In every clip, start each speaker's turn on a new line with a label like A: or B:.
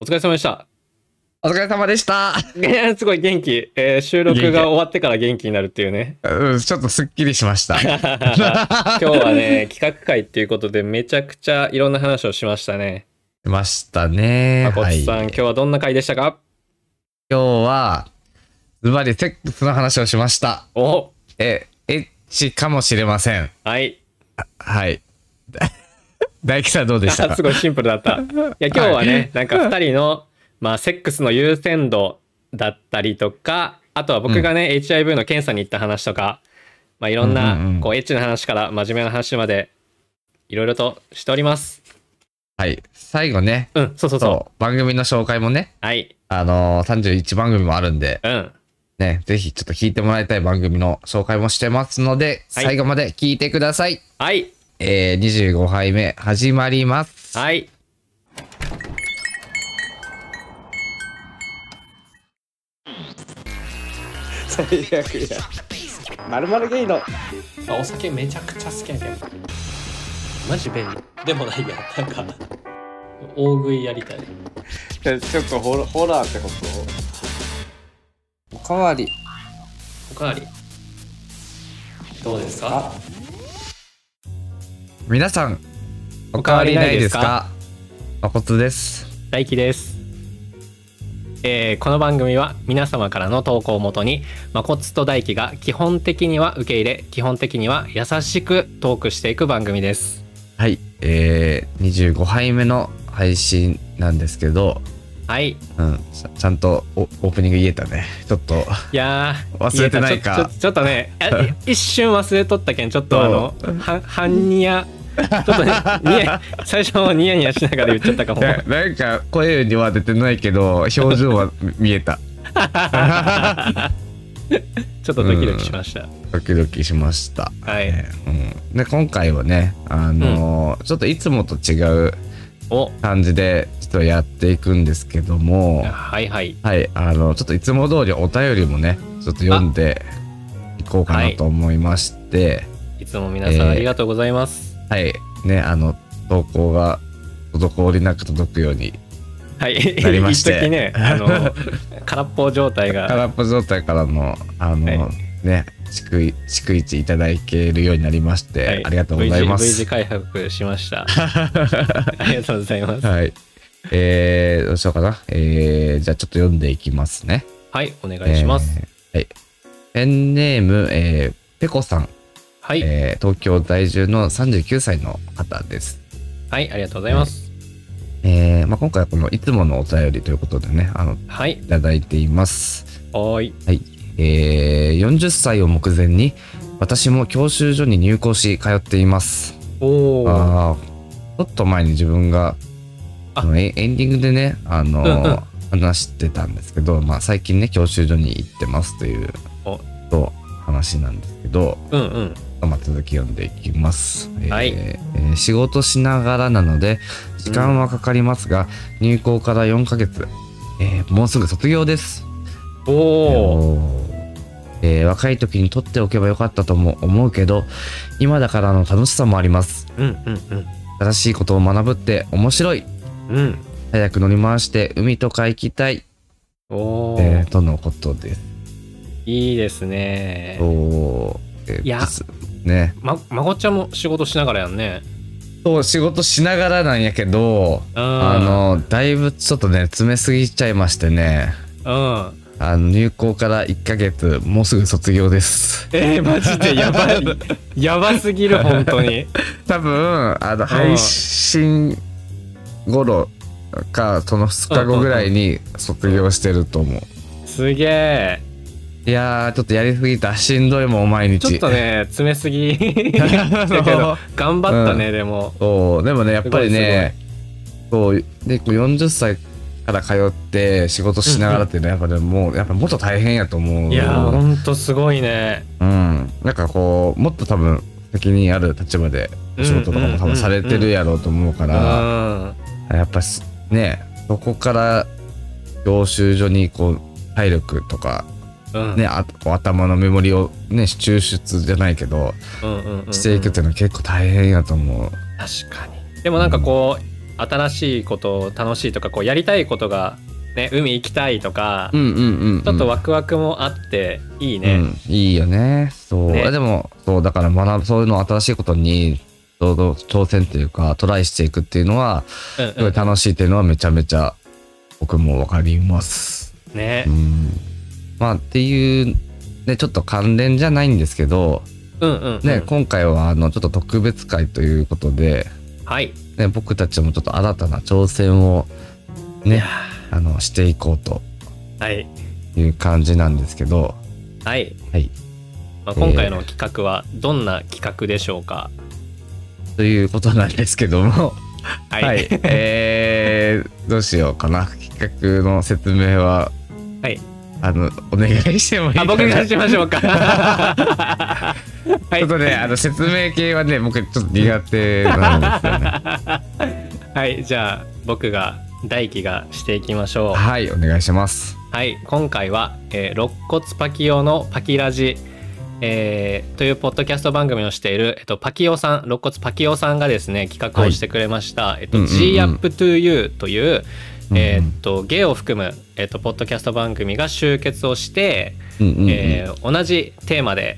A: お疲れ様でした。
B: お疲れ様でした。
A: ねえすごい元気、えー収録が終わってから元気になるっていう ね。
B: うん、ちょっとすっきりしま した。
A: 今日はね、企画会っていうことでめちゃくちゃいろんな話をしましたね。
B: ましたね。
A: まこ
B: は
A: っ
B: い。
A: ちさん、
B: 今
A: 今日はどんな会でしたか
B: 日は、ズバリセックスの話をしました。
A: お
B: え、エッチかもしれません。
A: はい。
B: はい。 大吉さんどうでした
A: あ
B: か
A: すごいシンプルだった。いや、今日はね、なんか2人の、まあ、セックスの優先度だったりとか、あとは僕がね、HIV の検査に行った話とか、まあ、いろんな、
B: うんうんうん
A: こう、エッチな話から真面目な話まで、いろいろとしております。
B: はい。最後ね、
A: うん、そうそうそう。
B: そう、番組の紹介もね、
A: はい。
B: あのー、31番組もあるんで、
A: うん。
B: ね、ぜひちょっと聞いてもらいたい番組の紹介もしてますので、
A: はい
B: 最後まで聞いてください。
A: はい。
B: えー、25杯目始まります。
A: はい。
C: 最悪や。まるまるゲイの
A: お酒めちゃくちゃ好きやけど。マジ便利。でもないや。なんか、大食いやりたい。
C: ちょっとホラホラーってことおかわり
A: おかわり。どうですか
B: 皆さんお
A: か
B: か
A: わ
B: わ
A: り
B: り
A: な
B: ない
A: で
B: いですす
A: か
B: か誠です
A: 大輝です。えーこの番組は皆様からの投稿をもとにまこつと大輝が基本的には受け入れ基本的には優しくトークしていく番組です
B: はいえー、25杯目の配信なんですけど、
A: はい
B: うん、ちゃちゃんとオオープニング言えたねちょっと
A: いやー
B: 忘れてないか
A: 言えたちょちょちょっと ねあ一瞬忘れとったけんちょっとあのは半ニヤちょっとねニヤ最初はニヤニヤしながら言っちゃった かも
B: なんか声には出てないけど表情は見えた
A: ちょっとドキドキしました、
B: ドキドキしました、
A: はい
B: ねうん、で今回はねあのーちょっといつもと違う
A: お
B: 感じでちょっとやっていくんですけども
A: はいはい
B: はい、あのちょっといつも通りお便りもね、ちょっと読んでいこうかなと思いまして、
A: いつも皆さんありがとうございます、
B: はい、ね、あの投稿が滞りなく届くように、
A: はい
B: なりまして
A: 一時ねあ の空っぽ状態が
B: 空っぽ状態からのあの、
A: は
B: ね、逐一逐一いただけるようになりまして、
A: はい
B: ありがとうございま
A: V 字 V 字
B: す。
A: 回復しました ありがとうございますはい、
B: はい、えー、どうしようかな、えー、じゃあちょっと読んでいきますね。
A: お願いします、
B: えーはい、ペンネーム、えー、ペコさん、
A: はい、
B: えー東京在住の39歳の方です。
A: はいありがとうございます、
B: えーまあ、今回はこのいつものお便りということでねあのい
A: はい
B: ただいています、
A: おーい
B: えー40歳を目前に私も教習所に入校し通っています
A: おー
B: あーちょっと前に自分が
A: あ
B: あのエエンディングでねあの、
A: うんうん
B: 話してたんですけど、まあ、最近ね教習所に行ってますという
A: お
B: と話なんですけど、
A: うんうん
B: まあ、続き読んでいきます、えー
A: はい
B: えー仕事しながらなので時間はかかりますが、入校から4ヶ月、えーもうすぐ卒業です
A: おお
B: えー若い時に取っておけばよかったとも思うけど今だからの楽しさもあります
A: うんうん
B: 新しいことを学ぶって面白い
A: うんうん
B: 早く乗り回して海とか行きたい、
A: おお、
B: えーとのことです
A: いいですね
B: おーえー
A: いや
B: ですね
A: ままこっちゃんも仕事しながらやんね
B: そう仕事しながらなんやけど
A: うん
B: あのだいぶちょっとね詰めすぎちゃいましてね
A: うん
B: あの入校から1ヶ月もうすぐ卒業です
A: えー、マジでやばい やばすぎる本当に
B: 多分あの配信頃かその2日後ぐらいに卒業してると思う
A: すげえ
B: いやーちょっとやりすぎたしんどいもん毎日
A: ちょっと ね詰めすぎ
B: あ
A: だけど
B: の
A: 頑張ったね、でも
B: そうでもねやっぱりねそうでこう40歳から通って仕事しながらってねやっぱねもうやっぱもっと大変やと思う
A: いやーほんとすごいね
B: うん、なんかこうもっと多分責任ある立場でお仕事とかも多分されてるやろうと思うか
A: う
B: ら、
A: ん
B: やっぱしねそこから教習所にこう体力とか、
A: うん
B: ねあこう頭のメモリをね抽出じゃないけど
A: うんうんうんうん
B: していくっていうのは結構大変やと思う。
A: 確かにでもなんかこう、新しいことを楽しいとかこうやりたいことが、ね、海行きたいとか、
B: うんうんうん、うん、
A: ちょっとワクワクもあっていいね、
B: うん、いいよねそう
A: ね
B: でもそうだから学ぶそういうの新しいことにどうどう挑戦というかトライしていくっていうのは
A: うん
B: すご
A: う
B: い楽しいっていうのはめちゃめちゃ僕も分かります。
A: んね
B: うん、まあっていうねちょっと関連じゃないんですけど、
A: うんうん、うん
B: ね今回はあのちょっと特別会ということで、
A: はい
B: ね、僕たちもちょっと新たな挑戦を
A: い
B: ね
A: や
B: あのしていこうと
A: はい
B: いう感じなんですけど、
A: はい、
B: はい、
A: まあ、今回の企画はどんな企画でしょうか、
B: ということなんですけども。
A: はい、
B: はい、えー、どうしようかな企画の説明は
A: はい
B: あのお願いしてもいい か
A: あ
B: な
A: 僕が
B: ち
A: しまし ょうかは
B: ょっとね、あの説明系はね僕ちょっと苦手なんですよね
A: はいじゃあ僕が大輝がしていきましょう
B: はいお願いします
A: はい、今回は、えー、肋骨パキオのパキラジ、えーというポッドキャスト番組をしている、えっと、パキオさん、肋骨パキオさんがですね、企画をしてくれました、えっ
B: う
A: と、
B: んうんうん
A: G Up to You という、え
B: う
A: ー
B: ん
A: っと、ゲイを含む、えっと、ポッドキャスト番組が集結をして、
B: うんうんうん
A: えー同じテーマで、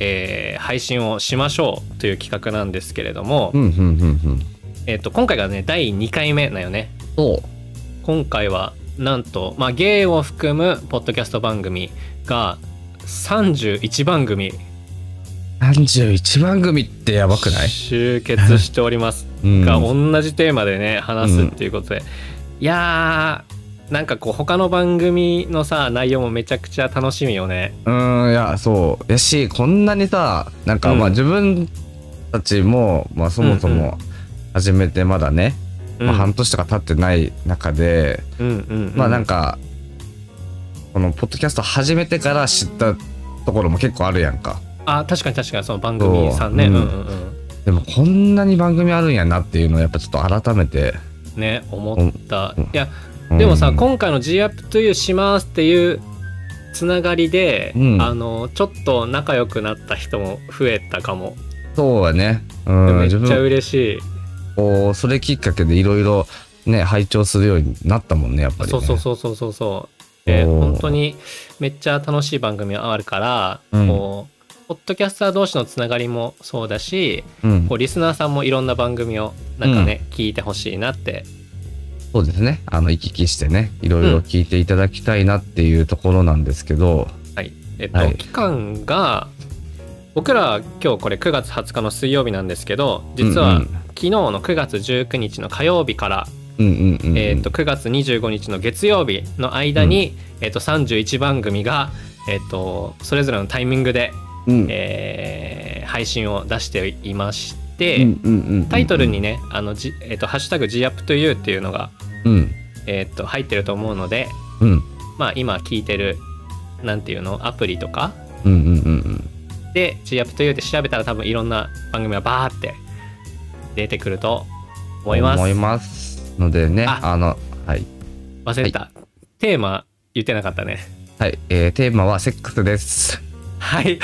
A: えー配信をしましょうという企画なんですけれども、
B: うんうんうんうん
A: えっと、今回がね、第2回目だよね。
B: そう
A: 今回はなんと、まあ、ゲイを含むポッドキャスト番組が31番組
B: 31番組ってやばくない、
A: 集結しております
B: うん、
A: が、同じテーマでね話すっていうことで、いやーなんかこう他の番組のさ内容もめちゃくちゃ楽しみよね
B: うんいやそうやしこんなにさなんか
A: うん
B: まあ自分たちも、まあ、そもそ
A: うんう
B: も始めてまだね、
A: うん、
B: まあ、半年とか経ってない中で、
A: うんうん
B: まあなんか、このポッドキャスト始めてから知ったところも結構あるやんか。
A: あ確かに確かにその番組さんねう
B: そ
A: ん
B: う
A: う
B: うんん
A: うん
B: でもこんなに番組あるんやなっていうのをやっぱちょっと改めて。
A: ね思った、
B: うん
A: いや
B: うん
A: でもさ、今回の G アップトゥユーしますっていうつながりで、
B: うん
A: あのちょっと仲良くなった人も増えたかも、
B: そうはね、うん、
A: めっ
B: 自
A: ちゃ
B: 分
A: 嬉しい、
B: こうそれきっかけでいろいろね拝聴するようになったもんねやっぱり、
A: そ
B: ね。
A: うそうそうそうそうそうで
B: おー
A: 本当にめっちゃ楽しい番組があるから、
B: うん
A: こうポッドキャスター同士のつながりもそうだし
B: う。ん
A: こ、うリスナーさんもいろんな番組をなんかね、聞いてほしいなって
B: そうですね。あの行き来してね、いろいろ聞いていただきたいなっていうところなんですけど、
A: はいえっと、
B: はい
A: 期間が僕ら今日これ9月20日の水曜日なんですけど実は、
B: うん
A: 昨日の9月19日の火曜日から、
B: うんうんうんうん、
A: えー、と9月25日の月曜日の間に、えー、と31番組が、えー、とそれぞれのタイミングで、
B: うん、
A: えー配信を出していまして、
B: うんうんうんうん
A: タイトルにね「あのじえー、とハッシュタグ #G アップ to you」っていうのが、
B: うん
A: えー、と入ってると思うので、
B: うん
A: まあ、今聞いてるなんていうのアプリとか
B: うんうんうんうん。
A: で G アップ to you って調べたら多分いろんな番組がバーって出てくると思います。
B: ますのでね、
A: あ
B: あの、はい。
A: 忘れた、テーマ言ってなかったね
B: はい、えーテーマはセック スです。
A: はい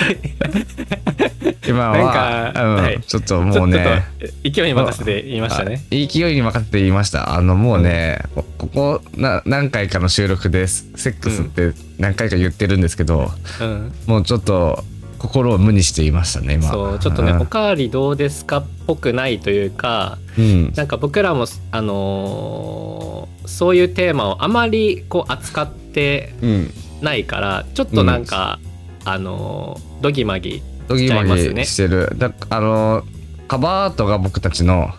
B: 今
A: な
B: は、
A: んか
B: うん
A: はい
B: ちょっともうね、
A: ちょっと勢いに任せて言いましたね
B: あ勢いに任せて言いました。あの、もうね、こここな何回かの収録です。セックスって何回か言ってるんですけど、
A: うん
B: もうちょっと心を無にして言いましたね、今。
A: そうちょっとね
B: うん
A: おかわりどうですかっぽくないというか
B: うん。
A: なんか僕らもあのーそういうテーマをあまりこう扱って
B: うん。
A: ないからちょっとなんか、あのードギマギ
B: ドギ
A: ちゃい
B: マ
A: ますね
B: ギしてる。だあの、カバーアートが僕たちの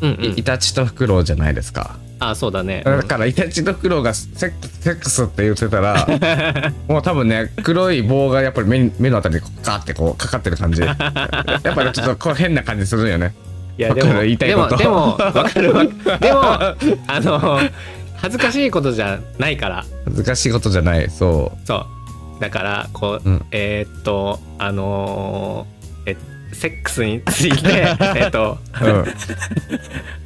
A: うんう
B: イ,、
A: ん
B: タチとフクロウじゃないですか。
A: あそうだね、
B: だからイタチとフクロウがセックスセックスって言ってたら もう多分ね黒い棒がやっぱり目に目のあたりにこうカーってこうかかってる感じやっぱりちょっとこう変な感じするよね
A: いやで
B: わ
A: も
B: かる言いたい
A: で
B: こ
A: も
B: と
A: でもわ かるわでもあのー恥ずかしいことじゃないから
B: 恥ずかしいことじゃないそ
A: そうだからこう、
B: うん
A: えーっとあのーえセックスについ てえっと
B: ううん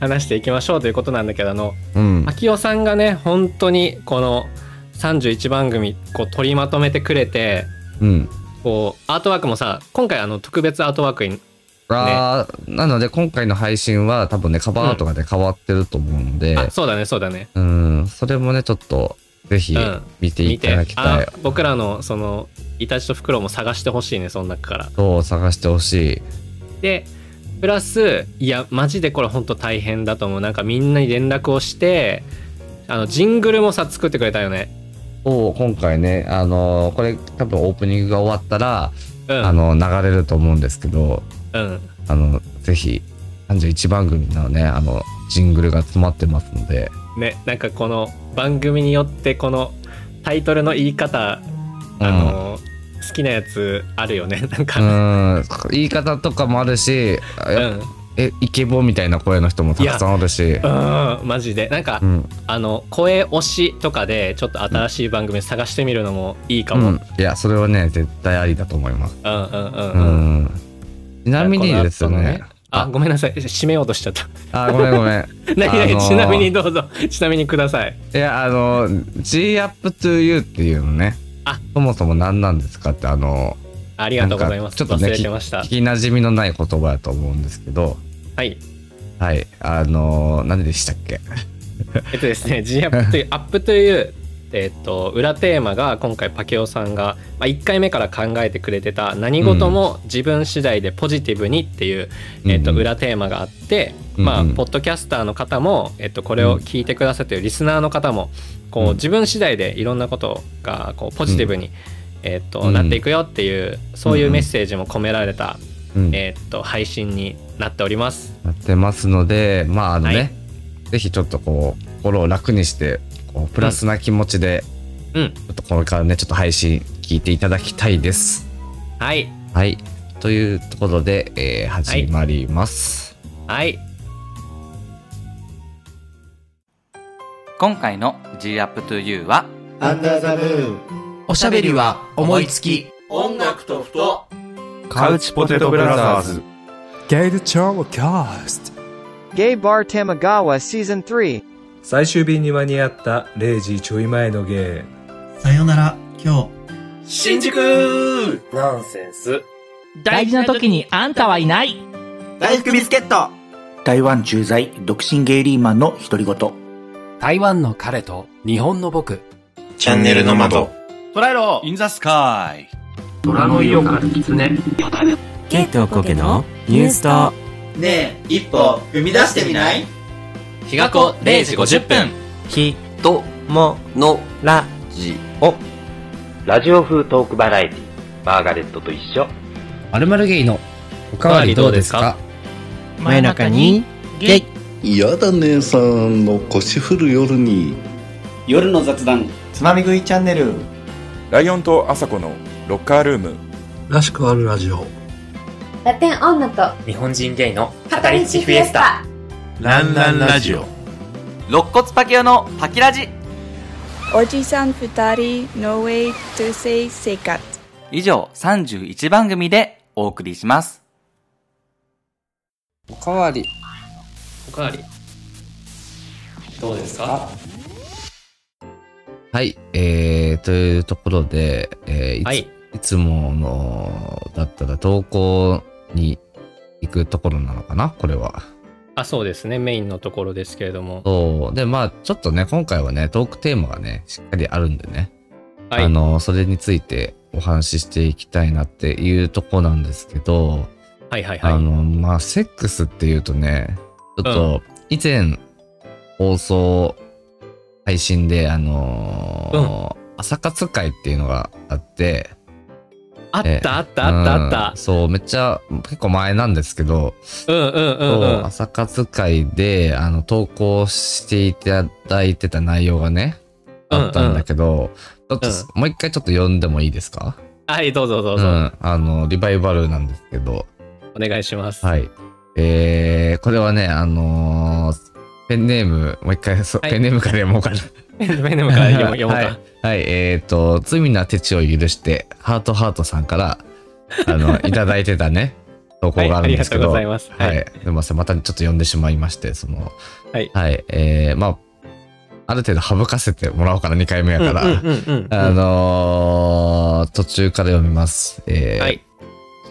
A: 話していきましょうということなんだけどあの
B: うん
A: 秋代さんがね本当にこの31番組こう取りまとめてくれて
B: うん
A: こうアートワークもさ今回あの特別アートワークに
B: あーなので今回の配信は多分ねカバーアートがね、変わってると思うので
A: あそうだねそうだね
B: うんそれもねちょっとぜひ
A: うん
B: 見てい
A: 見
B: た
A: て
B: だきた
A: あ
B: い、
A: 僕らのそのイタチとフクロウも探してほしいねその中から
B: そう探してほしい
A: でプラスいやマジでこれほんと大変だと思うなんかみんなに連絡をしてあのジングルもさ作ってくれたよね
B: を今回ねあのーこれ多分オープニングが終わったら、
A: うん
B: あの流れると思うんですけど
A: うん
B: あのぜひ31番組のねあのジングルが詰まってますので
A: ねなんかこの番組によってこのタイトルの言い方あの、好きなやつあるよねなん
B: う
A: か、
B: ん言い方とかもあるし、あ
A: う
B: や
A: ん、うん
B: えイケボみたいな声の人もたくさんおるし、
A: マジでなんか、
B: うん
A: あの声推しとかでちょっと新しい番組探してみるのもいいかも、
B: うんいやそれはね絶対ありだと思います、
A: うんうんうん
B: う
A: うん
B: んちなみにですね
A: この後のあごめんなさい締めようとしちゃった
B: あごめんごめん
A: 何
B: あ
A: 何
B: のー
A: ちなみにどうぞちなみにください
B: いやあの「G up to you」っていうのね
A: あ
B: そもそも何なんですかってあの
A: ありがとうございます
B: なんかちょっと
A: 忘
B: ね
A: れてました
B: 聞きなじみのない言葉だと思うんですけど
A: はい
B: はいあの何でしたっけ
A: えっとですね G アップと いうアップというえっと、裏テーマが今回パケオさんが、まあ、1回目から考えてくれてた「何事も自分次第でポジティブに」っていう、えっと、
B: うん
A: 裏テーマがあって、
B: うん
A: まあ、
B: うん
A: ポッドキャスターの方も、えっと、これを聞いてくださっているリスナーの方もこ
B: うん
A: う自分次第でいろんなことがこうポジティブに、えっ
B: う
A: と、
B: ん
A: なっていくよっていうそういう
B: うん
A: メッセージも込められた、
B: うん
A: えっと、配信になっております。
B: やってますのでまああのね、
A: はい
B: ぜひちょっとこう心を楽にしてこうプラスな気持ちで、
A: うん
B: ちょっとこれからねちょっと配信聞いていただきたいです。
A: はい、
B: はいというところで、えー始まります。
A: はい
D: 今回の G up to you は
E: アンダーザムーン
F: おしゃべりは思いつき。
G: 音楽とふと
H: カウチポテトブラザーズ。
I: ゲイルチャーキャスト
J: Gay Bar Tamagawa Season 3
K: 最終便に間に合った0時ちょい前の芸
F: さよなら、今日。
G: 新宿ナンセンス
L: 大事な時にあんたはいない
G: 大福ビスケット
H: 台湾駐在独身ゲイリーマンの独り言。
K: 台湾の彼と日本の僕
G: チャンネルの窓
K: 捉えろ
H: In the sky。
K: 虎の威をからキツネ
F: ケイトコケのニュースと。
G: ねえ一歩踏み出してみない
D: 日が子0時50分
K: ひとものラジオラジオ風トークバラエティマーガレットと一緒
B: まるまるゲイのおか
A: わりどうですか
F: 真夜中に、ゲイ。
M: やだ姉さんの腰振る夜に
E: 夜の雑談
F: つまみ食いチャンネル。
H: ライオンとアサコのロッカールーム。
F: らしくあるラジオ。
N: ラテン女と
K: 日本人ゲイの
N: 語り地フィエスタ
H: ランランラジオ。
D: 肋骨パキオのパキラジ
N: おじさん二人 No way to say 生活
D: 以上31番組でお送りします
E: おかわり
A: おかわりどうですか
B: はい、えー、というところで、えーいつ
A: はい
B: いつものだったら投稿に行くところなのかなこれは。
A: あそうですねメインのところですけれども
B: そう。で、まあ、ちょっとね、今回はね、トークテーマがね、しっかりあるんでね、
A: はい
B: あの、それについてお話ししていきたいなっていうとこなんですけど、
A: はいはいはい
B: あの、まあ、セックスっていうとね、ちょっと、以前、放送、配信で、あのー朝活会っていうのがあって、
A: あっ
B: え
A: たあったあったあっ
B: う
A: た
B: んそう、めっちゃ、結構前なんですけど、
A: うんうんうん
B: そう
A: うん
B: 朝活会であの投稿していただいてた内容がね
A: うんうん
B: あったんだけど、ちょっともう一回ちょっと読んでもいいですか
A: はいどうぞどう
B: う
A: ぞ
B: ん、あのリバイバルなんですけど
A: お願いします
B: はいえー、これはねあのーペンネームもう一回、そう
A: はい
B: ペンネームから読もうかな
A: メネムから読もう読もう
B: はい
A: か、
B: はい、えっ、ー、と「罪な手帳を許してハートハートさんから あのいただいてたね投稿があるんですけど、
A: はいありがとうございます
B: は
A: はい
B: い、でもさまたちょっと読んでしまいましてその
A: はい
B: はい、えー、まあ、ある程度省かせてもらおうかな、2回目やから。
A: うんうんうんうん
B: あのー、途中から読みます。えー
A: はい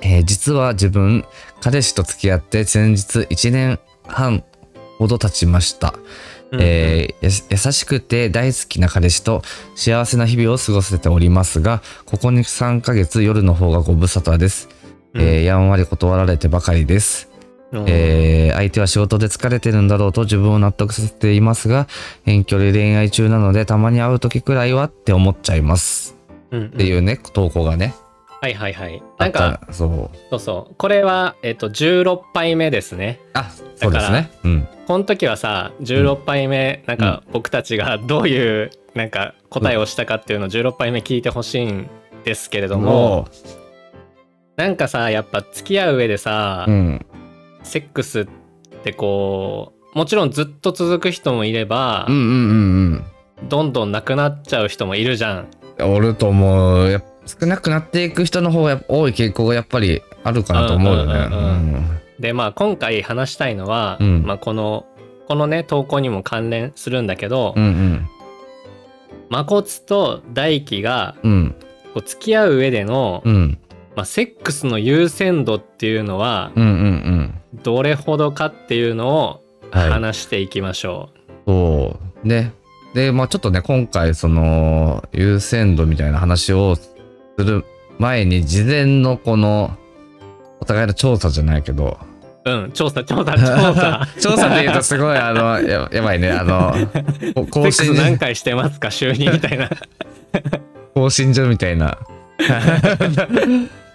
B: ええー実は自分、彼氏と付き合って先日1年半ほど経ちました。えーやす優しくて大好きな彼氏と幸せな日々を過ごせておりますが、ここに3ヶ月夜の方がご無沙汰です。えーやんわり断られてばかりです。
A: うん
B: えー相手は仕事で疲れてるんだろうと自分を納得させていますが、遠距離恋愛中なのでたまに会う時くらいはって思っちゃいます。
A: うんうん
B: っていうね、投稿がね。
A: はいはいはい。
B: あ
A: な
B: っ
A: んか、
B: た、そう。
A: そうそう。これは、えっと、16杯目ですね。
B: あ、そうですね。うん。
A: この時はさ16杯目、なんか僕たちがどういうなんか答えをしたかっていうのを16杯目聞いてほしいんですけれども、なんかさやっぱ付き合う上でさ、
B: うん。
A: セックスってこうもちろんずっと続く人もいれば、
B: うんうんうん
A: どんどんなくなっちゃう人もいるじゃん。
B: うん。おると思う。やっぱ少なくなっていく人の方がやっぱ多い傾向がやっぱりあるかなと思うよね。
A: うんうんうん
B: うん
A: でまあ今回話したいのは、
B: うん
A: まあ、このこのね投稿にも関連するんだけど、
B: うんうん。
A: まこつと大輝が
B: うん。
A: こう付き合う上での、
B: うん。
A: まあ、セックスの優先度っていうのは
B: うんうんうん。
A: どれほどかっていうのを
B: はい
A: 話していきましょ
B: そう。ね。で、まあちょっとね、今回、その、優先度みたいな話をする前に、事前のこの、お互いの調査じゃないけど、。
A: う。うん、調査、調査、調査
B: 調査って言うとすごい、あの、ややばいね、あの、こ
A: セッ
B: 更
A: クス
B: 新、
A: 何回してますか、週にみた いな。
B: 更新所みたい な。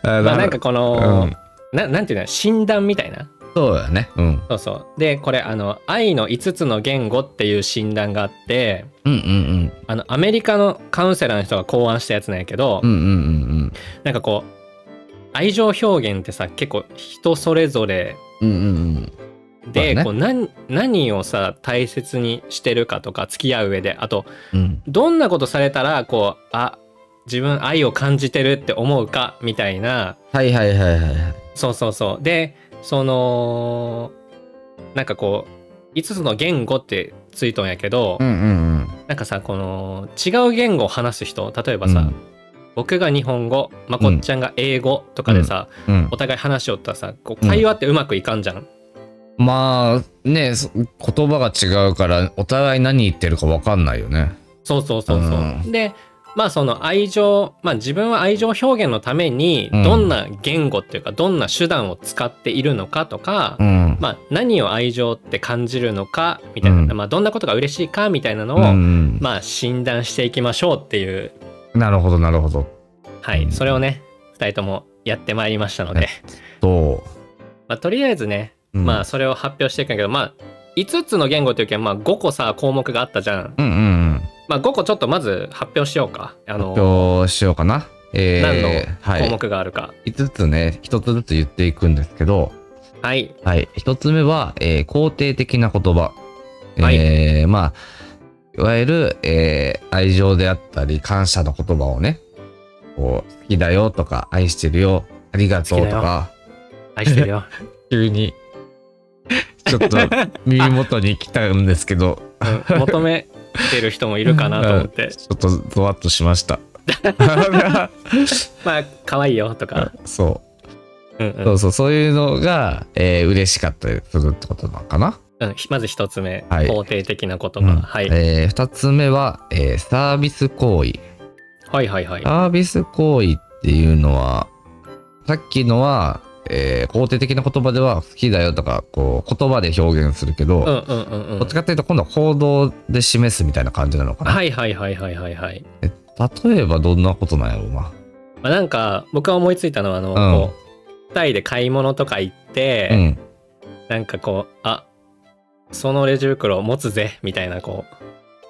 B: あ
A: まあなんかこの、
B: うん
A: ななんていうの、診断みたいな。
B: そうだね。うん。
A: そうそう。で、これ、あの、愛の5つの言語っていう診断があって、
B: うんうん
A: あの、アメリカのカウンセラーの人が考案したやつなんやけど、
B: うん。うんうんうん
A: なんかこう、愛情表現ってさ、結構人それぞれ
B: うん。うんうんうん。
A: で、
B: まあね
A: こう何何をさ大切にしてるかとか付き合う上であと
B: うん。
A: どんなことされたらこうあ自分愛を感じてるって思うかみたいな
B: はいはいはいはいはい。
A: そうそうそうでそのなんかこう5つの言語ってついとんやけど、
B: うんうん
A: なんかさこの違う言語を話す人例えばさ、
B: うん
A: 僕が日本語まこっちゃんが英語とかでさ、
B: うん。うん
A: お互い話しよったらさこう会話ってうまくいかんじゃん
B: まあねそ言葉が違うからお互い何言ってるか分かんないよね。
A: そうそうそうそう。
B: うん
A: でまあその愛情まあ自分は愛情表現のために
B: うん
A: どんな言語っていうかどんな手段を使っているのかとか、
B: うん
A: まあ何を愛情って感じるのかみたいな、
B: うん
A: まあどんなことが嬉しいかみたいなのを、
B: うん
A: まあ診断していきましょうっていう
B: なるほどなるほど。
A: はいそれをね2人ともやってまいりましたので、
B: と
A: まあ、とりあえずね、
B: うん
A: まあそれを発表していくんだけどまあ5つの言語というかまあ5個さ項目があったじゃん、
B: うんうん
A: まあ、5個ちょっとまず発表しようかあ
B: う
A: の
B: ん。今日しようかな。えー
A: 何の項
B: は
A: 目があるか。
B: い、5つね1つずつ言っていくんですけど、
A: はい。
B: はい、1つ目は、えー肯定的な言葉。
A: はい
B: えーまあいわゆる、えー愛情であったり感謝の言葉をねこう好きだよとか愛してるよありがとうと
A: 好きだ
B: か
A: 愛してるよ。
B: 急にちょっと耳元に来たんですけど
A: うん 求めてる人もいるかなと思っ
B: うん
A: て
B: ち。ょっとゾワッとしま した
A: まあ、可愛いよとか。
B: そ
A: うん
B: う
A: う
B: そ
A: ん
B: うそうそういうのが、えー嬉しかったりするってことなのかな
A: うんひまず一つ目、
B: はい
A: 肯定的な言葉。
B: うん
A: はい、
B: えー二つ目は、えーサービス行為
A: はいはいはい。
B: サービス行為っていうのはさっきのは、えー肯定的な言葉では好きだよとかこう言葉で表現するけど、
A: うんうんうんう
B: ど
A: ん
B: っち。かっていうと今度は行動で示すみたいな感じなのかな、
A: はいはいはいはいはいはい。
B: 例えばどんなことなんやろうな
A: まあ、なんか、僕が思いついたのは、あの、
B: うん
A: こう、二人で買い物とか行って、
B: うん
A: なんかこう、あそのレジ袋を持つぜ、みたいな、こう、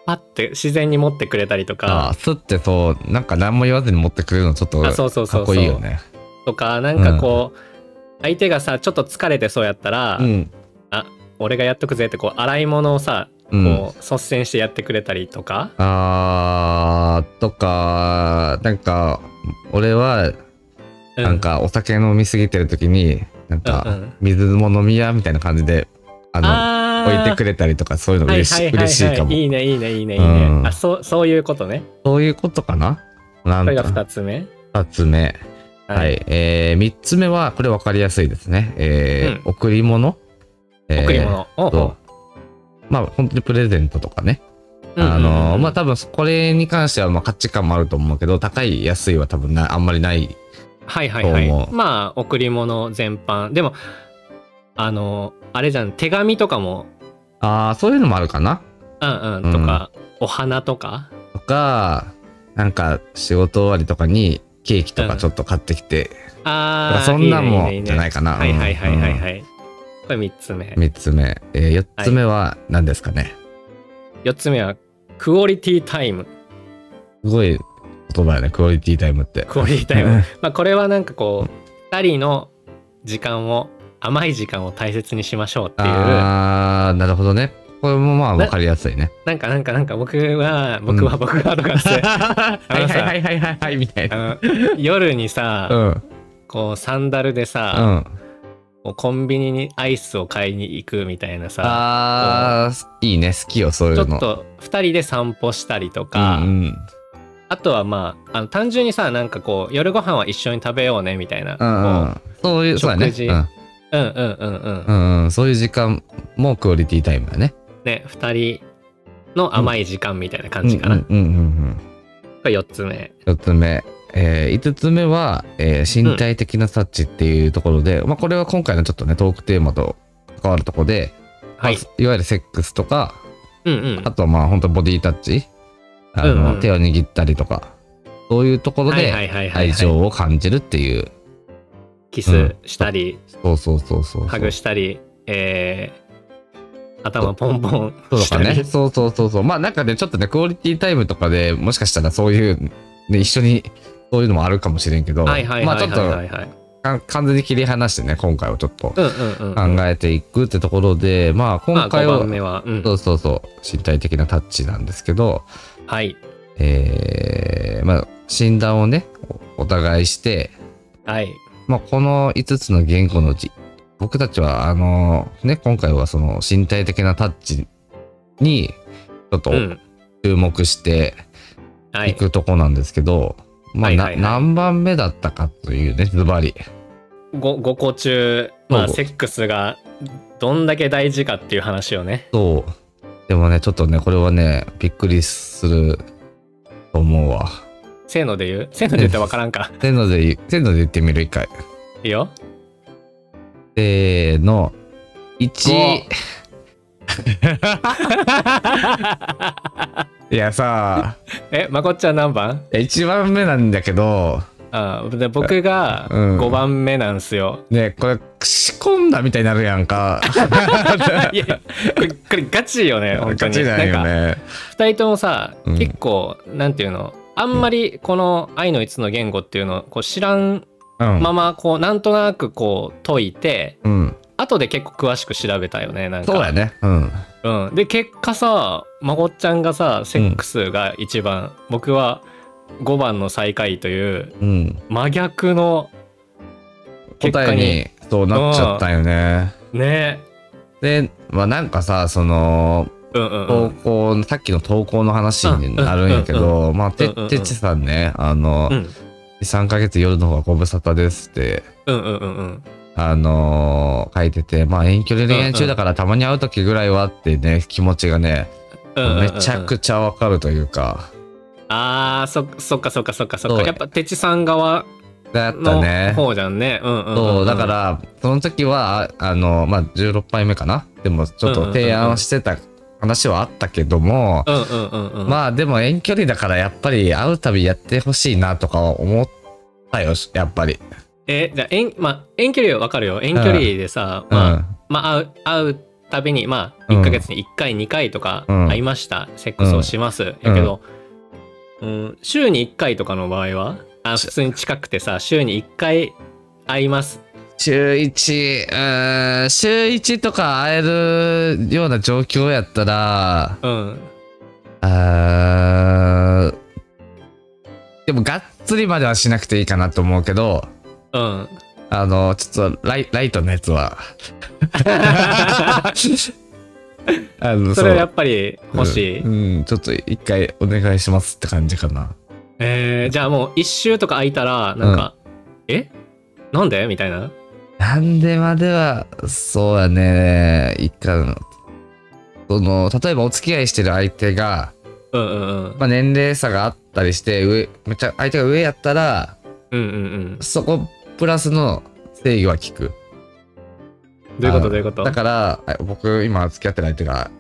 A: パッて自然に持ってくれたりと
B: あ
A: か、
B: すってそうなんか何も言わずに持ってくれるのちょっと
A: あそうそう
B: か
A: そ
B: っ
A: うそう
B: こいいよね
A: とか、なんかこう、相手がさ、ちょっと疲れてそうやったら、
B: うん
A: 俺がやっとくぜってこう洗い物をさ
B: うん
A: こう率先してやってくれたりとか、
B: あーとかなんか俺は
A: うん
B: なんかお酒飲みすぎてる時に
A: うん
B: なん
A: う
B: か
A: ん
B: 水も飲みやみたいな感じであ
A: あ
B: の置いてくれたりとかそういうの嬉し,、い嬉しいかも
A: いいねいいねいいねいい
B: うん
A: ねあそうそういうことね
B: そういうことかななん
A: これ
B: だ
A: が2つ目
B: 二つ目はい。えー、3つ目は、これ分かりやすいですね。えー贈り物、えー
A: 贈り物おう
B: とまあ、本当にプレゼントとかね。
A: うんうんうん
B: あのーまあ多分、これに関しては、まあ価値観もあると思うけど、高い、安いは多分な、あんまりない。
A: はいはいは
B: どう
A: い
B: も
A: まあ贈り物全般でもあのあれじゃん手紙とかも
B: ああ、そういうのもあるかな。
A: うんうんとか、お花とか
B: とか、なんか、仕事終わりとかに、ケーキとかちょっと買ってきて、
A: ああ
B: そんなん
A: いいね
B: も
A: いいねいいね
B: じゃないかな
A: はいはいはいはい
B: うん
A: はい、これ3つ目
B: 3つ目。えー、4つ目は何ですかね。
A: 4つ目はクオリティタイム
B: すごい言葉やね、クオリティタイムって。
A: クオリティタイムまあこれはなんかこう2人の時間を甘い時間を大切にしましょうっていう
B: ああ、なるほどね。これもまあ分かりやすいね。
A: なんかなんかなんか僕は僕は僕 はとか して、
B: はいはいはい
A: はいはい
B: みたい
A: な夜にさ、
B: うん。
A: こうサンダルで
B: う
A: さ、
B: ん。
A: こうコンビニにアイスを買いに行くみたいなさ
B: ああ、いいね。好きよ、そうい
A: ちょ
B: うの。
A: っと2人で散歩したりとか、
B: うんうん。
A: あとはまああの単純にさなんかこう夜ご飯は一緒に食べようねみたいな、
B: うんうん。そういう、そうや
A: 食
B: ね。
A: 事うん、うんうんうん
B: うん。うんうん。そういう時間もクオリティタイムだね。
A: ね2人の甘い時間みたいな感じかな、
B: うんうんうんうん
A: これ4つ目
B: うん。4つ目。え5つ目は、えー身体的なタッチっていうところで、まあこれは今回のちょっとね、トークテーマと関わるところで、
A: はい、
B: いわゆるセックスとか、
A: うんうん
B: あとはまあ本当ボディタッチあの、
A: うんうん
B: 手を握ったりとかそういうところ
A: はい
B: で
A: はいはいはいはい
B: 愛情を感じるっていう、
A: キスしたり、
B: そうそうそうそう
A: ハグしたり、えー、頭ポンポン
B: そう
A: し
B: と
A: た
B: か
A: り、
B: ねそうそうそうそうまあなんかねちょっとねクオリティタイムとかでもしかしたらそういう、ね、一緒にそういうのもあるかもしれんけどま
A: はいはいは
B: あ
A: い
B: ちょっ
A: はいはい
B: と
A: はい
B: か完全に切り離してね今回はちょっと
A: うん
B: 考
A: うんうん
B: えていくってところで、まあ今回
A: まあ五
B: は,、
A: 番目はうん
B: そうそうそう身体的なタッチなんですけど
A: はい
B: えーまあ、診断をね、おお互いして、
A: はい
B: まあ、この5つの言語のうち、僕たちは、あのね、今回はその身体的なタッチに、ちょっと
A: うん
B: 注目して
A: はいい
B: くとこなんですけど、まあ、
A: はい
B: な
A: はいはい
B: 何番目だったかというね、ズバリ。
A: 5, 5個中、まあ、
B: そう
A: セックスがどんだけ大事かっていう話をね
B: そう。でもね、ちょっとね、これはね、びっくりすると思うわ。
A: せーので言うせーので言って分からんか
B: せーので言う、せーので言ってみる、一回。
A: いいよ
B: せーの。1。いやさ、
A: えまこっちゃん何番
B: 1番目なんだけど、
A: あで僕が
B: うん
A: 5番目なんすよ、
B: ねこれ、仕込んだみたいになるや んか。
A: いやいやこれこれガチよね本当
B: ガ
A: に
B: チだよ
A: なんか
B: ね。
A: 2人ともさ、
B: うん
A: 結構なんていうのあんまりこの「愛のいつの言語」っていうのをこう知らん
B: うん
A: ままこうなんとなくこう解いて
B: うん。
A: 後で結構詳しく調べたよねなんか
B: そうやね。うん。
A: うん、で結果さまこっちゃんがさセックスが1番、僕は5番の最下位という
B: うん。
A: 真逆の結
B: 答
A: 果
B: え
A: に
B: に、そうなっちゃったよね。
A: ね
B: で、まあなんかさ、その、
A: うんうんう
B: 投
A: ん
B: 稿、さっきの投稿の話になるんやけ
A: うんうんう
B: ど、
A: ん
B: まあ、て
A: うんうんうん
B: てっちさんね、あの
A: うん、
B: 3ヶ月夜の方がご無沙汰ですって、
A: うんうんうんうん
B: あのー書いてて、まあ遠距離恋愛中だからたまに会う時ぐらいはってね、気持ちがね、
A: うんうんうん
B: めちゃくちゃわかるというか、
A: あーそそっかそっかそっかそっ
B: そ
A: か
B: う
A: やっぱてちさん側
B: だった
A: の
B: ね。
A: 方じゃんねうんうんうん
B: そう、だから、その時は、ああの、まあ16杯目かなでもちょっと提案をしてた話はあったけども、
A: うんうんうんうん
B: まあでも遠距離だからやっぱり会うたびやってほしいなとかは思ったよ、やっぱり。
A: えじゃあ遠,、まあ、遠距離はわかるよ遠距離でさ、
B: うん
A: まあ
B: うん
A: まあ、会う会うたびにまあ
B: うん
A: 1ヶ月に1回2回とか
B: うん
A: 会いました、セックスをします、やけど、うん、週に1回とかの場合はあ普通に近くてさ週に1回会います
B: 週1、うーん、週1とか会えるような状況やったら、
A: うん
B: あーでもがっつりまではしなくていいかなと思うけど、
A: うん
B: あの、ちょっとライライトのやつは。 あの
A: それはやっぱり欲しい、
B: そううん、うんちょっと一回お願いしますって感じかな。
A: えーじゃあもう1週とか空いたらなんか、えなんでみたいな。
B: なんでまでは、そうやね、いかん。その、例えばお付き合いしてる相手が、
A: うんうんうん。
B: まあ、年齢差があったりして、上、めっちゃ相手が上やったら、
A: うんうんうん。
B: そこプラスの正義は聞く。
A: どういうこと
B: あの
A: どういうこと
B: だから、あ僕、今付き合ってる相手が、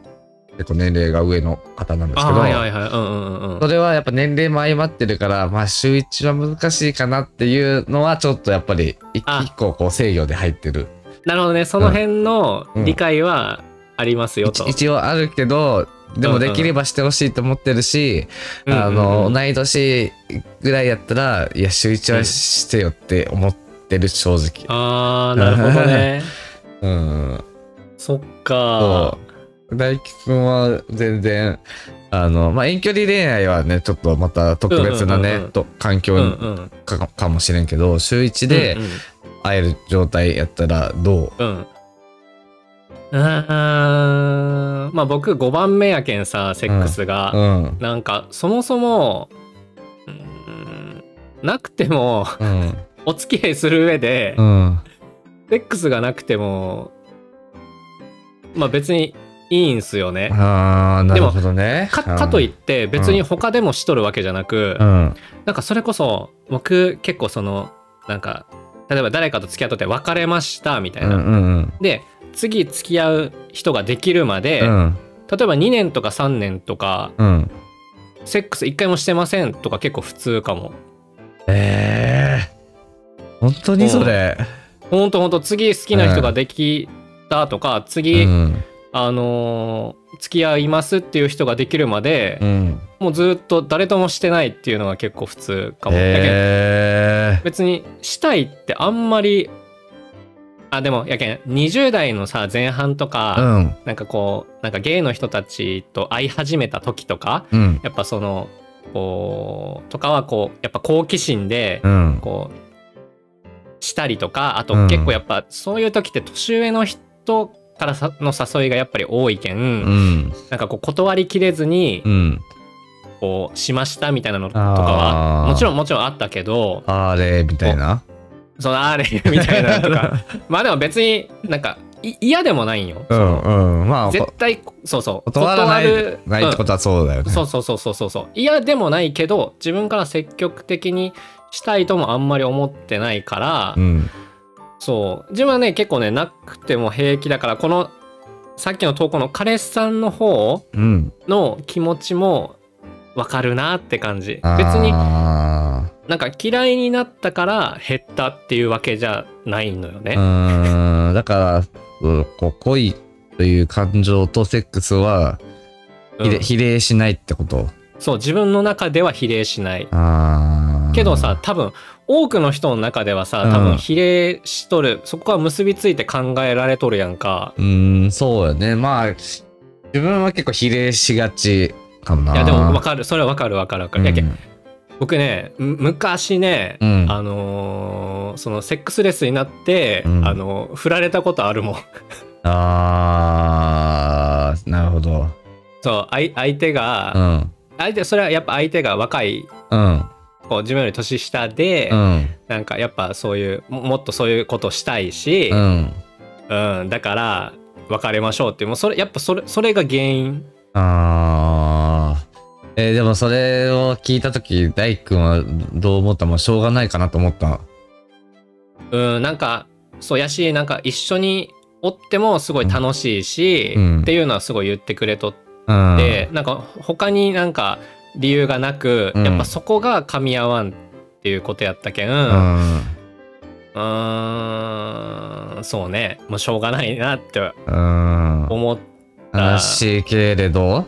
B: 結構年齢が上の方なんですけ
A: あ
B: ど、
A: はいはいはい。うんうんうんうん。
B: それはやっぱ年齢も相まってるから、まあ、週一は難しいかなっていうのは、ちょっとやっぱり、一一個こう制御で入ってる。
A: なるほどね。その辺の理解はありますよと。
B: 一応あるけど、で
A: うんう
B: も
A: ん
B: できればしてほしいと思ってるし、
A: うんうんうん
B: あの、同い年ぐらいやったら、いや、週一はしてよって思ってる、正直。
A: ああ、なるほど ね。
B: うん。
A: そっか。
B: そう。大輝くんは全然、あの、まあ、遠距離恋愛はね、ちょっとまた特別なね、
A: うんうんうんうん
B: と環境
A: うんうん
B: か,、かもしれんけど、週一で
A: うんうん
B: 会える状態やったらど
A: う、うん。あーまあ僕5番目やけんさセックスが、
B: うんうん
A: なんかそもそも、うん、なくても
B: うん。
A: お付き合いする上で、
B: うん。
A: セックスがなくてもまあ別にいいんすよね。
B: ああ、なるほどね。
A: かかといって別に
B: うん
A: 他でもしとるわけじゃなく、
B: うん。
A: なんかそれこそ僕結構そのなんか例えば誰かと付き合っとって別れましたみたいな。
B: うんうん
A: で次付き合う人ができるまで、
B: うん
A: 例えば2年とか3年とか、
B: うん。
A: セックス1回もしてませんとか結構普通かも。
B: ええー。本当にそれ。
A: ほんとほんと次好きな人ができたとか、次、
B: うん。
A: あのー付き合いますっていう人ができるまで、
B: うん。
A: もうずっと誰ともしてないっていうのが結構普通かも。だけど
B: え
A: 別にしたいってあんまりあでもやけん20代のさ前半とか、
B: うん
A: なんかこうなんかゲイの人たちと会い始めた時とか、
B: うん
A: やっぱそのこうとかはこうやっぱ好奇心で、
B: うん
A: こうしたりとかあと
B: うん
A: 結構やっぱそういう時って年上の人からさの誘いがやっぱり多いけん、
B: ー。うん。
A: なんかこう断りきれずに、
B: うん。
A: こうしましたみたいなのとかは
B: あー
A: もちろんもちろんあったけど
B: あれ、みたいな。
A: そのあれみたいなのと かまあでも別になんかい嫌でもないんよ
B: うんうん。まあ、
A: 絶対そうそう
B: 断らないないってこ
A: は、
B: とはそうだよ
A: うん
B: ね。
A: そうそうそうそうそうそう嫌でもないけど自分から積極的にしたいともあんまり思ってないから、
B: うん。
A: そう自分はね結構ねなくても平気だからこのさっきの投稿の彼氏さんの方
B: うん。
A: の気持ちもわかるなって感じ別に
B: あ
A: なんか嫌いになったから減ったっていうわけじゃないのよね。
B: ーうん。だから、うんこう恋という感情とセックスは、比例
A: うん
B: 比例しないってこと。
A: そう自分の中では比例しない。
B: ああ。
A: けどさ多分多くの人の中ではさ多
B: うん
A: 分比例しとる、そこは結びついて考えられとるやんか。
B: うーん、そうやね。まあ、自分は結構比例しがちかもな。
A: いやでもわかるそれはわかるわかるわかる。
B: うん
A: やけん僕ねむ昔ね、
B: うん
A: あのーそのセックスレスになって、
B: うん
A: あのー振られたことあるもん。
B: あー、なるほど。
A: そう相相手が、
B: うん。
A: 相手それはやっぱ相手が若い
B: うん。
A: こう自分より年下で。
B: うん。
A: なんかやっぱそういうももっとそういうことしたいし、
B: う
A: うん
B: ん。
A: だから別れましょうっていうもうそれやっぱそれそれが原因
B: あー。えーでもそれを聞いたとき、大君はどう思ったもうしょうがないかなと思った。
A: うんなんかそうやしなんか一緒におってもすごい楽しいし、
B: うん
A: っていうのはすごい言ってくれとっ
B: うん。
A: て、なんか他になんか理由がなく、
B: うん
A: やっぱそこが噛み合わんっていうことやったけん、う、
B: うんん。
A: ーんそうねもうしょうがないなって
B: うん。
A: 思っ
B: 悲しいけれど、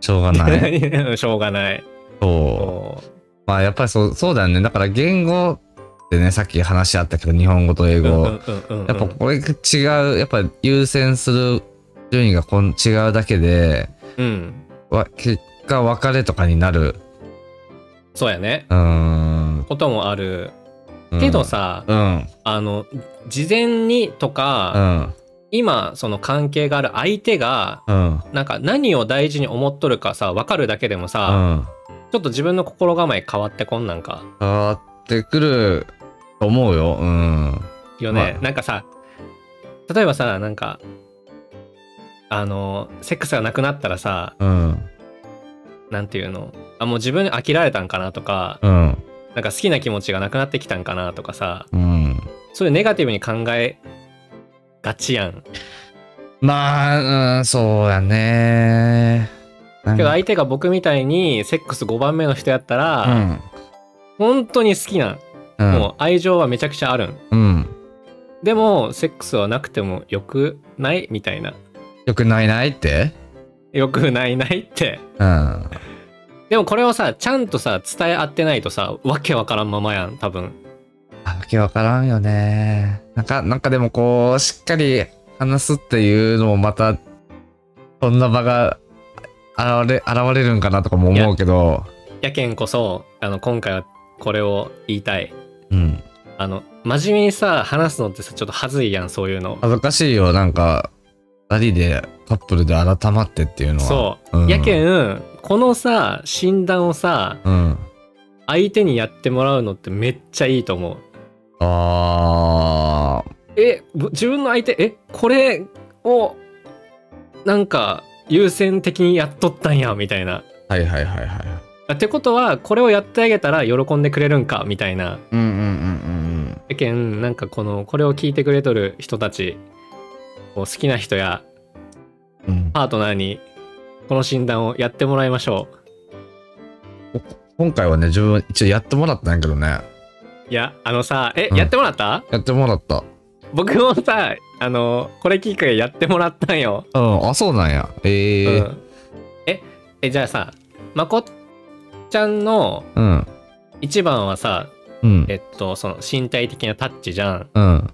B: しょうが
A: た、
B: ない。
A: しょうがない。
B: そう。まあやっぱりそうそうだよね。だから言語ってね、さっき話し合ったけど、日本語と英語。やっぱこれが違う、やっぱ優先する順位がこん違うだけで、
A: うん
B: わ結果別れとかになる。
A: そうやね
B: うーん。
A: こともある
B: うん
A: けどさ、
B: うん。
A: あの事前にと
B: う
A: か、
B: ん。
A: 今その関係がある相手が
B: うん。
A: なんか何を大事に思っとるかさ分かるだけでも
B: う
A: さ、
B: ん。
A: ちょっと自分の心構え変わってこんなんか
B: 変わってくると思うよ。うん。
A: よね、なんかさ例えばさなんかあのセックスがなくなったらさ
B: うん。
A: なんていうのあもう自分に飽きられたんかなとか、
B: うん。
A: なんか好きな気持ちがなくなってきたんかなとかさ
B: うん。
A: そういうネガティブに考えがちやん
B: まあ、うん、そうやね。なん
A: けど
B: か
A: 相手が僕みたいにセックス5番目の人やったら、
B: うん。
A: 本当に好きなん、
B: うん
A: もう愛情はめちゃくちゃあるん
B: うん。
A: でもセックスはなくてもよくないみたいな
B: よくないないって
A: よくないないって
B: うん。
A: でもこれをさちゃんとさ伝え合ってないとさわけわからんままやん多分
B: わけわからんよね。なんか、なんかでもこう、しっかり話すっていうのもまた、そんな場が現れ、現れるんかなとかも思うけど、
A: やけんこそあの今回はこれを言いたい
B: うん。
A: あの真面目にさ話すのってさちょっと恥ずいやんそういうの
B: 恥ずかしいよ、なんか、二人で、カップルで改まってっていうのは。
A: そう、
B: ん
A: やけんこのさ診断をさ
B: うん。
A: 相手にやってもらうのってめっちゃいいと思う
B: あー
A: えぶ自分の相手えこれをなんか優先的にやっとったんやみたいな
B: はいはいはいはい。
A: ってことはこれをやってあげたら喜んでくれるんかみたいな
B: うんうんうん
A: 意見なんかこのこれを聞いてくれとる人たちこう好きな人や
B: うんうん。
A: パートナーにこの診断をやってもらいましょ
B: 今回はね、自分、一応やってもらったんやけどね。
A: ういやあのさえ、
B: うん
A: やってもらった
B: やってもらった。
A: 僕もさあのこれきっかけやってもらったんよ、
B: うん、あ、そうなんや。ええ
A: うんええじゃあさまこっちゃんの
B: うん。
A: 一番はさ、
B: うん
A: えっとその身体的なタッチじゃん
B: うん。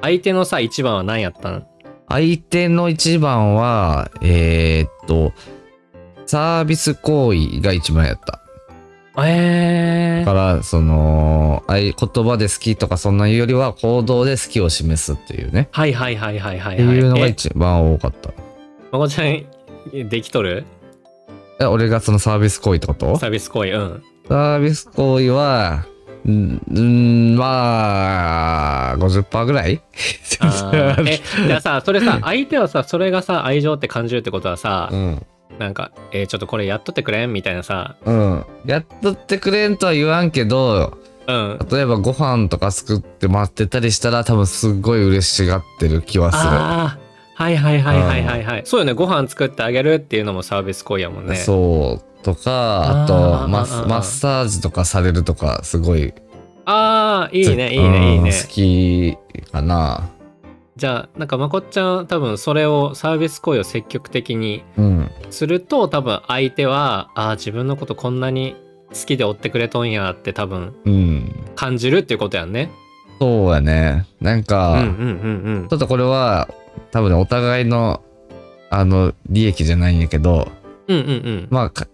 A: 相手のさ一番は何やったん
B: 相手の一番は、えー、っと、サービス行為が一番やった。
A: え
B: だから、その、あい言葉で好きとかそんなよりは行動で好きを示すっていうね。
A: はいはいはいはいはい
B: って
A: はい
B: いうのが
A: え
B: 一番多かった。
A: まこちゃんできとる
B: え俺がそのサービス行為ってこと
A: サービス行為 うん
B: サービス行為は、んんまあ、50%ぐらい
A: あーえじゃあさそれ さ相手はさそれがさ愛情って感じるってことはさ、
B: うん。
A: なんか、えーちょっとこれやっとってくれんみたいなさ
B: うん。やっとってくれんとは言わんけど、
A: うん
B: 例えばご飯とか作って待ってたりしたら多分すっごい嬉しがってる気はす
A: ああはいはいはいはいはいはいそうよねご飯作ってあげるっていうのもサービス行為やもん
B: る、
A: ね
B: そうとか
A: あ
B: あ
A: ー
B: とマス
A: あーあー
B: マッサージとかされるとかすごい
A: ああいいねいい
B: うん
A: ねいいね
B: 好きかな
A: じゃあなんかまこっちゃんは多分それをサービス行為を積極的に
B: うん
A: すると多分相手はああ自分のことこんなに好きで追ってくれとんやって多分
B: うん
A: 感じるっていうことやんね
B: そうやねなん
A: うん
B: か、
A: うんうんうん
B: ちょっとこれは多分ねお互いのあの利益じゃないんやけど
A: うんうんうん
B: まあか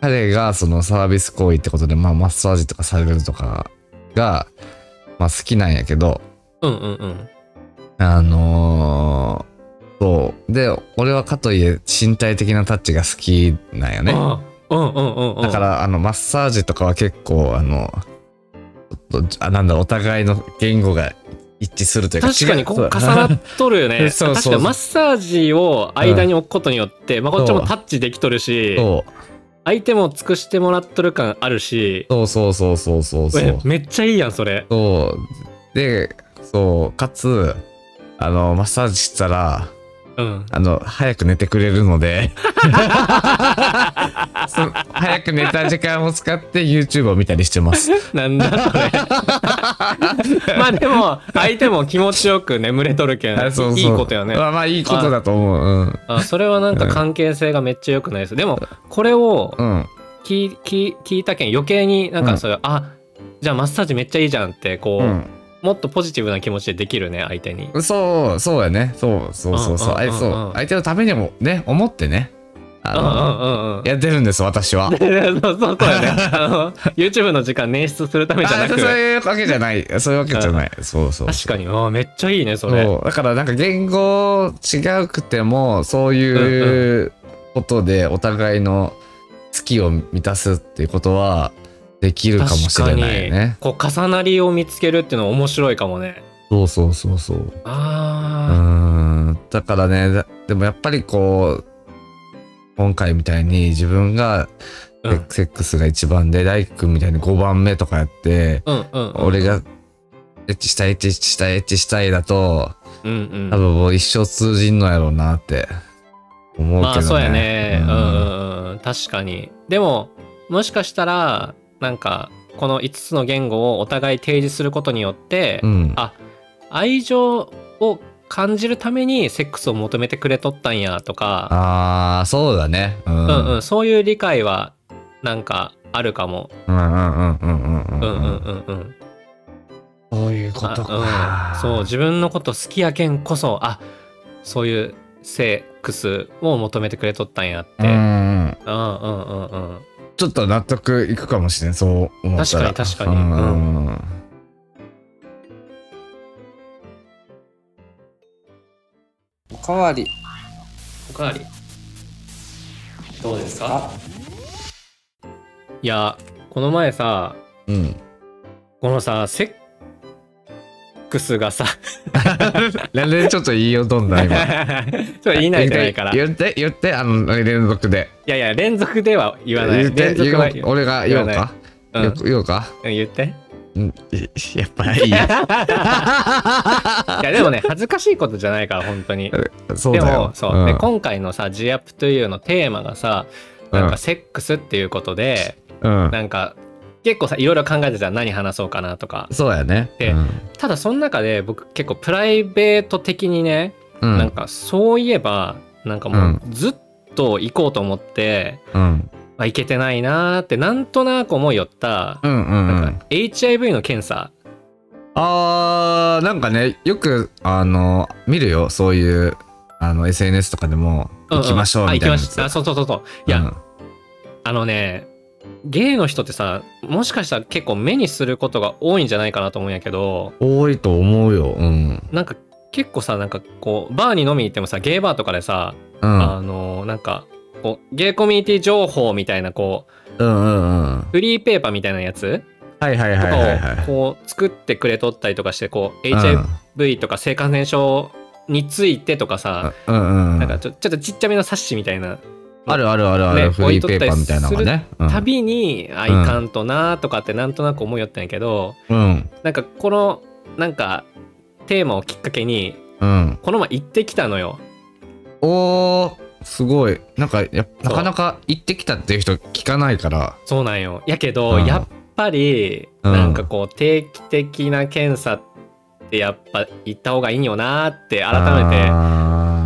B: 彼がそのサービス行為ってことで、まあ、マッサージとかされるとかが、まあ、好きなんやけど
A: うんうんうん
B: あのー、そう。で、俺はかといえ身体的なタッチが好きなんよね。
A: あーうんうんうんうん
B: だから、あの、マッサージとかは結構、あの、ちょっと、あなんだろう、お互いの言語が一致するというか、
A: 確かにここ
B: 違
A: 重
B: う
A: なっとるよね
B: そう
A: 確
B: そう
A: かにマッサージを間に置くことによって、まあこっちも
B: そう
A: タッチできとるし
B: そう
A: 相手も尽くしてもらっとる感あるし
B: そうそうそうそうそうそう
A: えめっちゃいいやんそれ
B: そう。で、そう、かつ、あの、マッサージしたら、
A: うん
B: あの、早く寝てくれる ので、そ早く寝た時間を使って YouTube を見たりしてます。
A: なんだそれ まあでも相手も気持ちよく眠れとる けん
B: あそうそう
A: いいことよね
B: まあまあいいことだと思う。うん。
A: あそれはなんか関係性がめっちゃ良くないですでもこれを
B: うん。
A: 聞い聞い聞いたけん余計になんかそういう、あじゃあマッサージめっちゃいいじゃんってこう、
B: うん
A: もっとポジティブな気持ちでできるね相手に
B: そう、そうやね。そうそうそうそう。
A: うん
B: あ
A: うんうん
B: いそううん相手のためにもね、思ってね。あ
A: うんうんうんう
B: の、やってるんです、私は。
A: んそうそうそうやね あの YouTube の時間捻出するためじゃな
B: あ
A: く
B: そうそういうわけじゃない。そういうわけじゃない。そうそう。
A: 確かにあめっちゃいいねそれ
B: そうだからなんか言語違うくてもそういうことでお互いの好きを満たすっていうことはできるかもしれないね。
A: こう重なりを見つけるっていうの面白いかもね。
B: そうそうそうそう。ああ。だからね、だでもやっぱりこう、今回みたいに自分が、セックスが1番で、大輝くんみたいに5番目とかやって、
A: うんうんうん
B: 俺が、エッチしたい、エッチしたい、エッチしたいだと、
A: うんうん
B: 多分もう一生通じんのやろうなって思うけどね。
A: まあそうやね。うんうんうん。確かに。でも、もしかしたら、なんか、この5つの言語をお互い提示することによって、
B: うん
A: あ、愛情を感じるためにセックスを求めてくれとったんやとか、
B: ああ、そうだね。うん。
A: うんうん、そういう理解は、なんか、あるかも。
B: うんうんうんうんうん
A: う
B: う
A: うん
B: んんうん。
A: うんうん。
B: そういうこと
A: か、うん。そう、自分のこと好きやけんこそ、あ、そういうセックスを求めてくれとったんやって。
B: うんう
A: うんうん
B: ん
A: うんうん。
B: ちょっと納得いくかもしれん、そう思った
A: 確
B: ら。
A: かに確かに
B: うんうんうん
O: おかわり
A: おかわりどうですかいやこの前さ、
B: うん
A: このさセックスがさ
B: なんでちょっと言いよどんだ、今。
A: ちょっと言いないとないからい
B: 言って、言って、あの、連続で。
A: やいや連続では言わない
B: 言って
A: 連続は
B: 言う俺が言おうか
A: 言わない
B: 言おうか
A: うん言って
B: うんいやっ ぱいい
A: いやでもね恥ずかしいことじゃないから本当に
B: そうだよ
A: でもそう、で
B: うん
A: 今回のさ「G アップトゥ You」のテーマがさなん
B: う
A: か
B: ん
A: セックスっていうことで、
B: うん
A: なんか結構さいろいろ考えてた何話そうかなとか
B: そうやね。
A: でただその中で僕結構プライベート的にね、
B: うん
A: なんかそういえばなんかもううんずっと行こうと思って、
B: うん。
A: まあ、行けてないなーってなんとなく思いよった、
B: うんうんうん。
A: HIV の検査
B: あー、なんかね、よく、あの、見るよ、そういう、あの、SNS とかでも、
A: うん
B: 行きましょう
A: あ
B: みたいな
A: 行
B: や
A: きまし
B: つ。
A: あそうそうそうそういや、あのねゲイの人ってさもしかしたら結構目にすることが多いんじゃないかなと思うんやけど
B: 多いと思うよ。うん。
A: なんか結構さなんかこうバーに飲みに行ってもさゲイバーとかでさ、
B: うん
A: あのなんかこうゲイコミュニティ情報みたいなこう
B: うんうんうん。
A: フリーペーパーみたいなやつ
B: はいはい
A: と
B: はいはいは
A: かを
B: い。
A: こう作ってくれとったりとかしてこう
B: うん
A: HIV とか性感染症についてとかさ
B: うんうん。
A: なんかちょちょっとちっちゃめの冊子みたいな
B: あるあるあるある、
A: ね
B: フリーペーパーみたいなのがね。う
A: た
B: ん
A: びにあいかんとなとかってなんとなく思いよったんやけど
B: うん。
A: なんかこのなんかテーマをきっかけに
B: うん。
A: この前行ってきたのよ。
B: おー、すごい。なんか、やなかなか行ってきたっていう人聞かないから。
A: そうなんよやけど、
B: うん
A: やっぱり
B: うん
A: なんかこう定期的な検査ってやっぱ行った方がいいんよなって改めて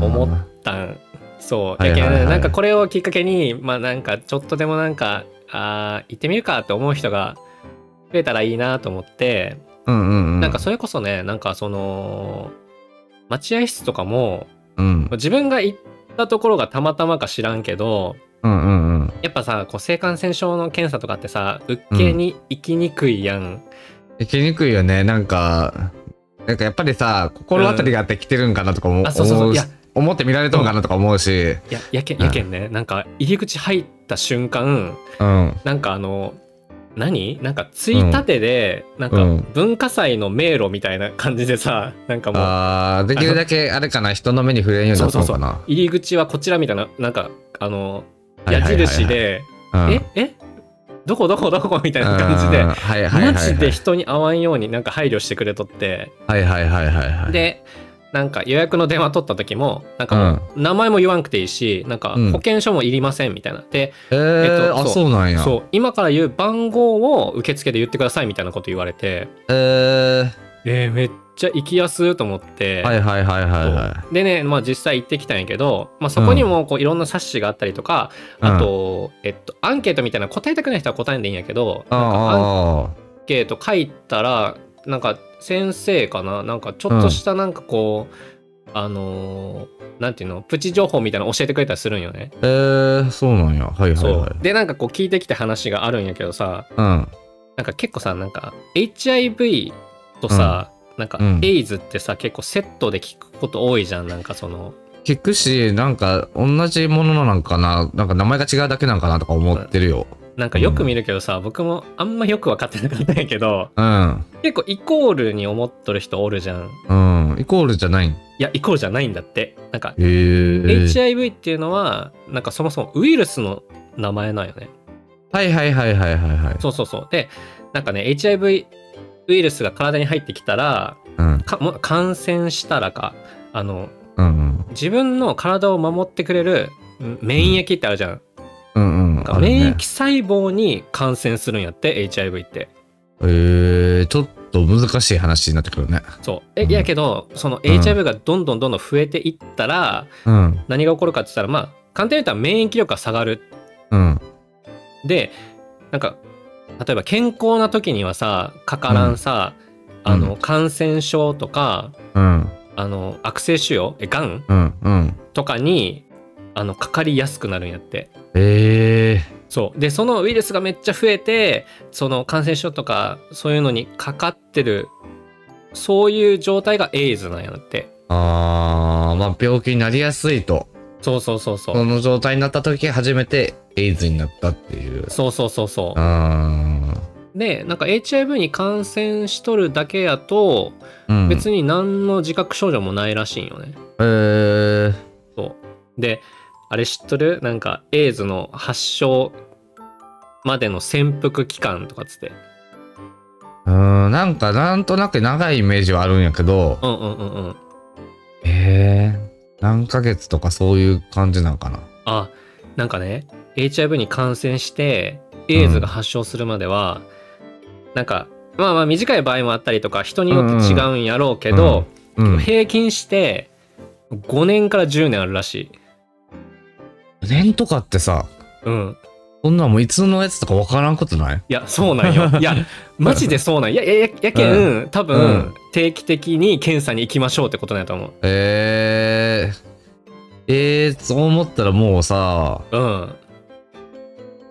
A: 思ったんそう
B: はい
A: や
B: はい
A: け
B: はい
A: んなんかこれをきっかけにまあなんかちょっとでもなんかあー行ってみるかって思う人が増えたらいいなと思って、
B: うんうんうん。
A: なんかそれこそねなんかその待合室とかも
B: うん。
A: 自分が行ったところがたまたまか知らんけど
B: うんうんうん。
A: やっぱさこう性感染症の検査とかってさ受けに行きにくいやん、
B: 行きにくいよね。なんか、なんかやっぱりさ、心当たりがあって来てるんかなとかも
A: あそうそう
B: 思う
A: い
B: し
A: や
B: 思って見られとんかなとか思うし。
A: ややけやけんね、なんか入り口入った瞬間
B: うん。
A: なんかあの何なんかついたてで、なんか
B: うん
A: 文化祭の迷路みたいな感じでさなんかもう
B: あーできるだけあれかな、人の目に触れんように
A: そ
B: な
A: う
B: った
A: そうそ
B: のか
A: う
B: な。
A: 入り口はこちらみたいななんかあの
B: はいは
A: 矢
B: いはいはい
A: 印で「
B: うん
A: ええどこどこどこ?」みたいな感じで、
B: うんはいはいはいはい
A: マジで人に会わんようになんか配慮してくれとって、
B: はいはいはいはいはい。
A: でなんか予約の電話取った時もなんかもう名前も言わんくていいしなんか
B: うん
A: 保険証もいりませんみたいな、で、
B: えーあ、そうなんや。
A: そう今から言う番号を受付で言ってくださいみたいなこと言われて
B: えー
A: えーめっちゃ行きやすいと思って、
B: はいはいはいはいは
A: でね、まあ、実際行ってきたんやけど、まあ、そこにもこういろんな冊子があったりとか、
B: うん
A: あと、えっと、アンケートみたいな答えたくない人は答えんでいいんやけど
B: い。あ
A: なんかアン
B: ああ
A: ケート書いたらなんか先生かななんかちょっとしたなんかこう、あのーなんていうのプチ情報みたいなの教えてくれたりするんよね。
B: あ。えー、そうなんや。はいはいはい
A: そう。でなんかこう聞いてきて話があるんやけどさ
B: うん。
A: なんか結構さなんか HIV とさ、なんか
B: うん
A: エイズってさ結構セットで聞くこと多いじゃんなんかその。
B: 聞くし、なんか、同じものなんかな、なんか名前が違うだけなんかなとか思ってるよ。
A: なんかよく見るけどさ、僕もあんまよく分かってなかったんやけど、
B: うん。
A: 結構イコールに思っとる人おるじゃん。
B: うん。イコールじゃないん。
A: いや、イコールじゃないんだって。なんか、
B: へえ。
A: HIV っていうのは、なんかそもそもウイルスの名前なんよね。
B: はいはいはいはいはいはい。
A: そうそうそう。で、なんかね、HIV ウイルスが体に入ってきたら、
B: うん。
A: かも感染したらか、あの、
B: うんうん。
A: 自分の体を守ってくれるん免疫ってあるじゃん。
B: うんうん。
A: なんか
B: あるね
A: 免疫細胞に感染するんやって、HIV って。
B: えー、ちょっと難しい話になってくるね。
A: そう。え、いやけど、その HIV がどんどんどんどん増えていったら、
B: うん。
A: 何が起こるかって言ったら、まあ、簡単に言ったら免疫力が下がる。
B: うん。
A: で、なんか、例えば健康な時にはさ、かからんさ、あの、感染症とか、
B: うん。
A: あの、悪性腫瘍、え、がん
B: うん。うん。
A: とかに、あの、かかりやすくなるんやって。
B: えー。
A: そう。で、そのウイルスがめっちゃ増えて、その感染症とか、そういうのにかかってる、そういう状態がエイズなんやって。
B: あー、まあ病気になりやすいと。
A: そうそうそうそう。
B: その状態になった時初めてエイズになったっていう。。
A: そうそうそうそう
B: あ
A: う。で、なんか HIV に感染しとるだけやと、
B: ー。うん。
A: 別に何の自覚症状もないらしいんよね。
B: えー。
A: そう。で、あれ知っとるなんか、エイズの発症までの潜伏期間とかっつって。
B: うーん、なんかなんとなく長いイメージはあるんやけど、
A: うんうんうんうん。
B: えー、何ヶ月とかそういう感じなんかな。
A: あ、なんかね、HIV に感染して、エイズが発症するまでは、なんか、まあまあ短い場合もあったりとか、人によって違うんやろうけど、
B: うんうん
A: 平均して5年から10年あるらしい。
B: 4年とかってさ、
A: うん。
B: そんなんもういつのやつとかわからんことない
A: いや、そうなんよ。いや、マジでそうなんよいや、いや、ややけん、
B: うん
A: 多分、
B: うん
A: 定期的に検査に行きましょうってことなんやと思う。
B: えー、えー、そう思ったらもうさ、
A: うん。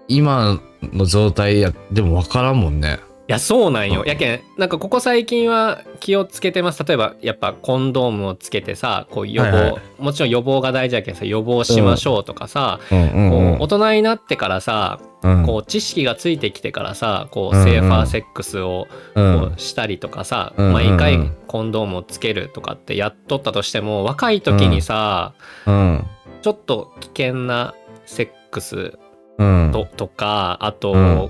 B: 今の状態や、でもわからんもんね。
A: いや、そうなんよ。やけん、なんかここ最近は気をつけてます。例えば、やっぱコンドームをつけてさ、こう予防、
B: はいはい
A: もちろん予防が大事やけんさ、予防しましょうとかさ、
B: うんうんうん
A: こう大人になってからさ、
B: うん
A: こう知識がついてきてからさ、こう
B: うんうん
A: セーファーセックスを
B: うん
A: こうしたりとかさ、
B: うんうんうん
A: 毎回コンドームをつけるとかってやっとったとしても、若い時にさ、
B: うん。
A: ちょっと危険なセックス
B: うん。
A: ととかあと、
B: うん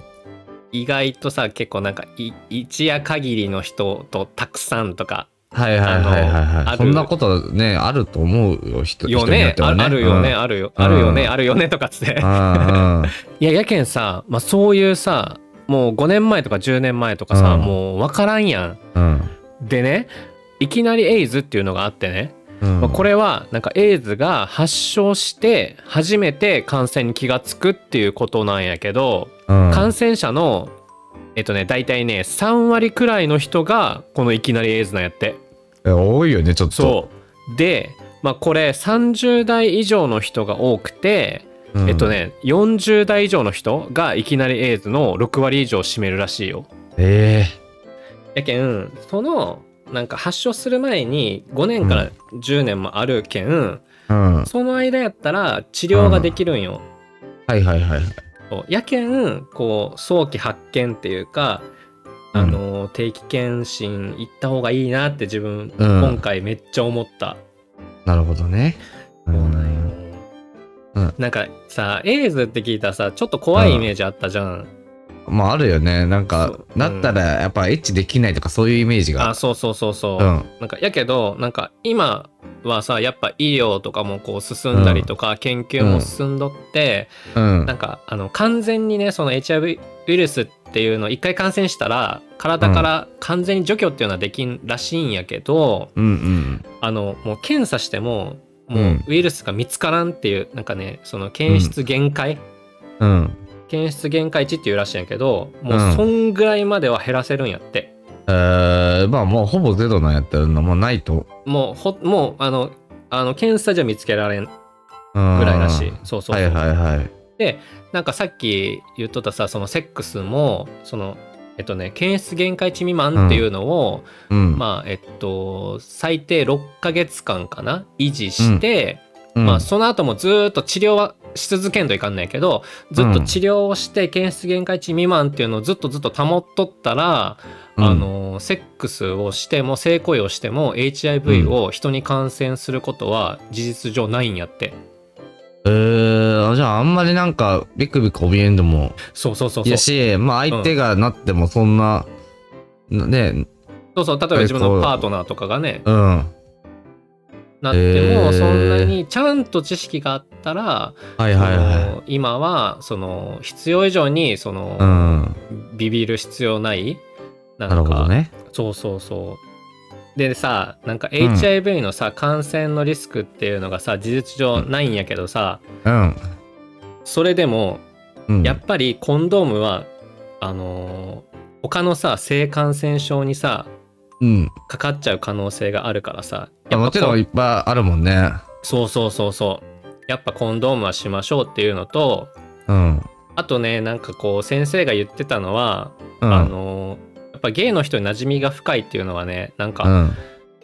A: 意外とさ結構なんかい一夜限りの人とたくさんとか
B: はいはいはいは
A: あ
B: い
A: のあ
B: は
A: る
B: い。そんなことね、あると思うよ、人
A: よ
B: 人によっ
A: ね
B: て
A: あ
B: はね
A: あるよね、
B: うん
A: あるよあるよね、
B: うん
A: あるよねとかっつって
B: うんうん
A: いややけんさ、まあ、そういうさもう5年前とか10年前とかさ、
B: うん
A: もう分からんや
B: うん。
A: んでねいきなりエイズっていうのがあってね、
B: う ん
A: まあ、これはなんかエイズが発症して初めて感染に気がつくっていうことなんやけど、
B: うん
A: 感染者のえっとね大体ね3割くらいの人がこのいきなりエイズなんやって
B: え多いよね、ちょっと。
A: そうで、まあ、これ30代以上の人が多くて、
B: うん
A: えっとね40代以上の人がいきなりエイズの6割以上を占めるらしいよ
B: え
A: やけんそのなんか発症する前に5年から10年もあるけん、
B: えうん。
A: その間やったら治療ができるんよ。
B: はいはいはい。
A: そうやけんこう早期発見っていうか、
B: うん
A: あの定期検診行った方がいいなって自分、
B: うん
A: 今回めっちゃ思った。
B: なるほどね。
A: そうなんよ
B: うん
A: なんかさエイズって聞いたらさちょっと怖いイメージあったじゃん。
B: まああるよね。なんか、なったらやっぱエッチできないとかそういうイメージが。
A: あそうそうそうそう。
B: うん
A: なんかやけどなんか今はさやっぱ医療とかもこう進んだりとか、研究も進んどって、
B: うん
A: なんかあの完全にねその HIV ウイルスっていうのを一回感染したら体から完全に除去っていうのはできんらしいんやけど、
B: うんうん。
A: あのもう検査しても
B: う
A: もうんウイルスが見つからんっていう、なんかねその検出限界、
B: うん。
A: 検出限界値っていうらしいんやけども
B: う
A: うんそんぐらいまでは減らせるんやって、
B: えー、まあもうほぼゼロなんやったらもうないと。
A: もうほもうあのあの検査じゃ見つけられん
B: ぐら
A: ぐらいらしいそうそうそう
B: はいはいはい。
A: でなんかさっき言っとったさそのセックスもそのえっとね検出限界値未満っていうのを、
B: うん。
A: まあえっと最低6ヶ月間かな維持して、
B: うん
A: まあその後もずーっと治療はし続けんといかんないけどずっと治療をして検出限界値未満っていうのをずっとずっと保っとったら、
B: うん
A: あのセックスをしても性行為をしても HIV を人に感染することは事実上ないんやって、
B: えー、あじゃああんまりなんかビクビク怯えんでも
A: そうそうそうそう
B: いやし、まあ相手がなってもそんな、ね
A: そうそう例えば自分のパートナーとかがね
B: うん
A: なって
B: え
A: も
B: ー
A: そんなにちゃんと知識があったら、
B: はいはいはい
A: その今はその必要以上にその、
B: うん
A: ビビる必要ないなんか
B: なるほどね
A: そうそうそうでさなんか
B: うん
A: HIV のさ、感染のリスクっていうのがさ事実上ないんやけどさ、
B: うん
A: それでも、
B: うん
A: やっぱりコンドームはあのー他のさ性感染症にさ
B: うん
A: かかっちゃう可能性があるからさ
B: あもちろんいっぱいあるもんね
A: そうそうそうそうやっぱコンドームはしましょうっていうのと
B: うん
A: あとねなんかこう先生が言ってたのは、
B: うん
A: あのやっぱゲイの人に馴染みが深いっていうのはねなんか、
B: うん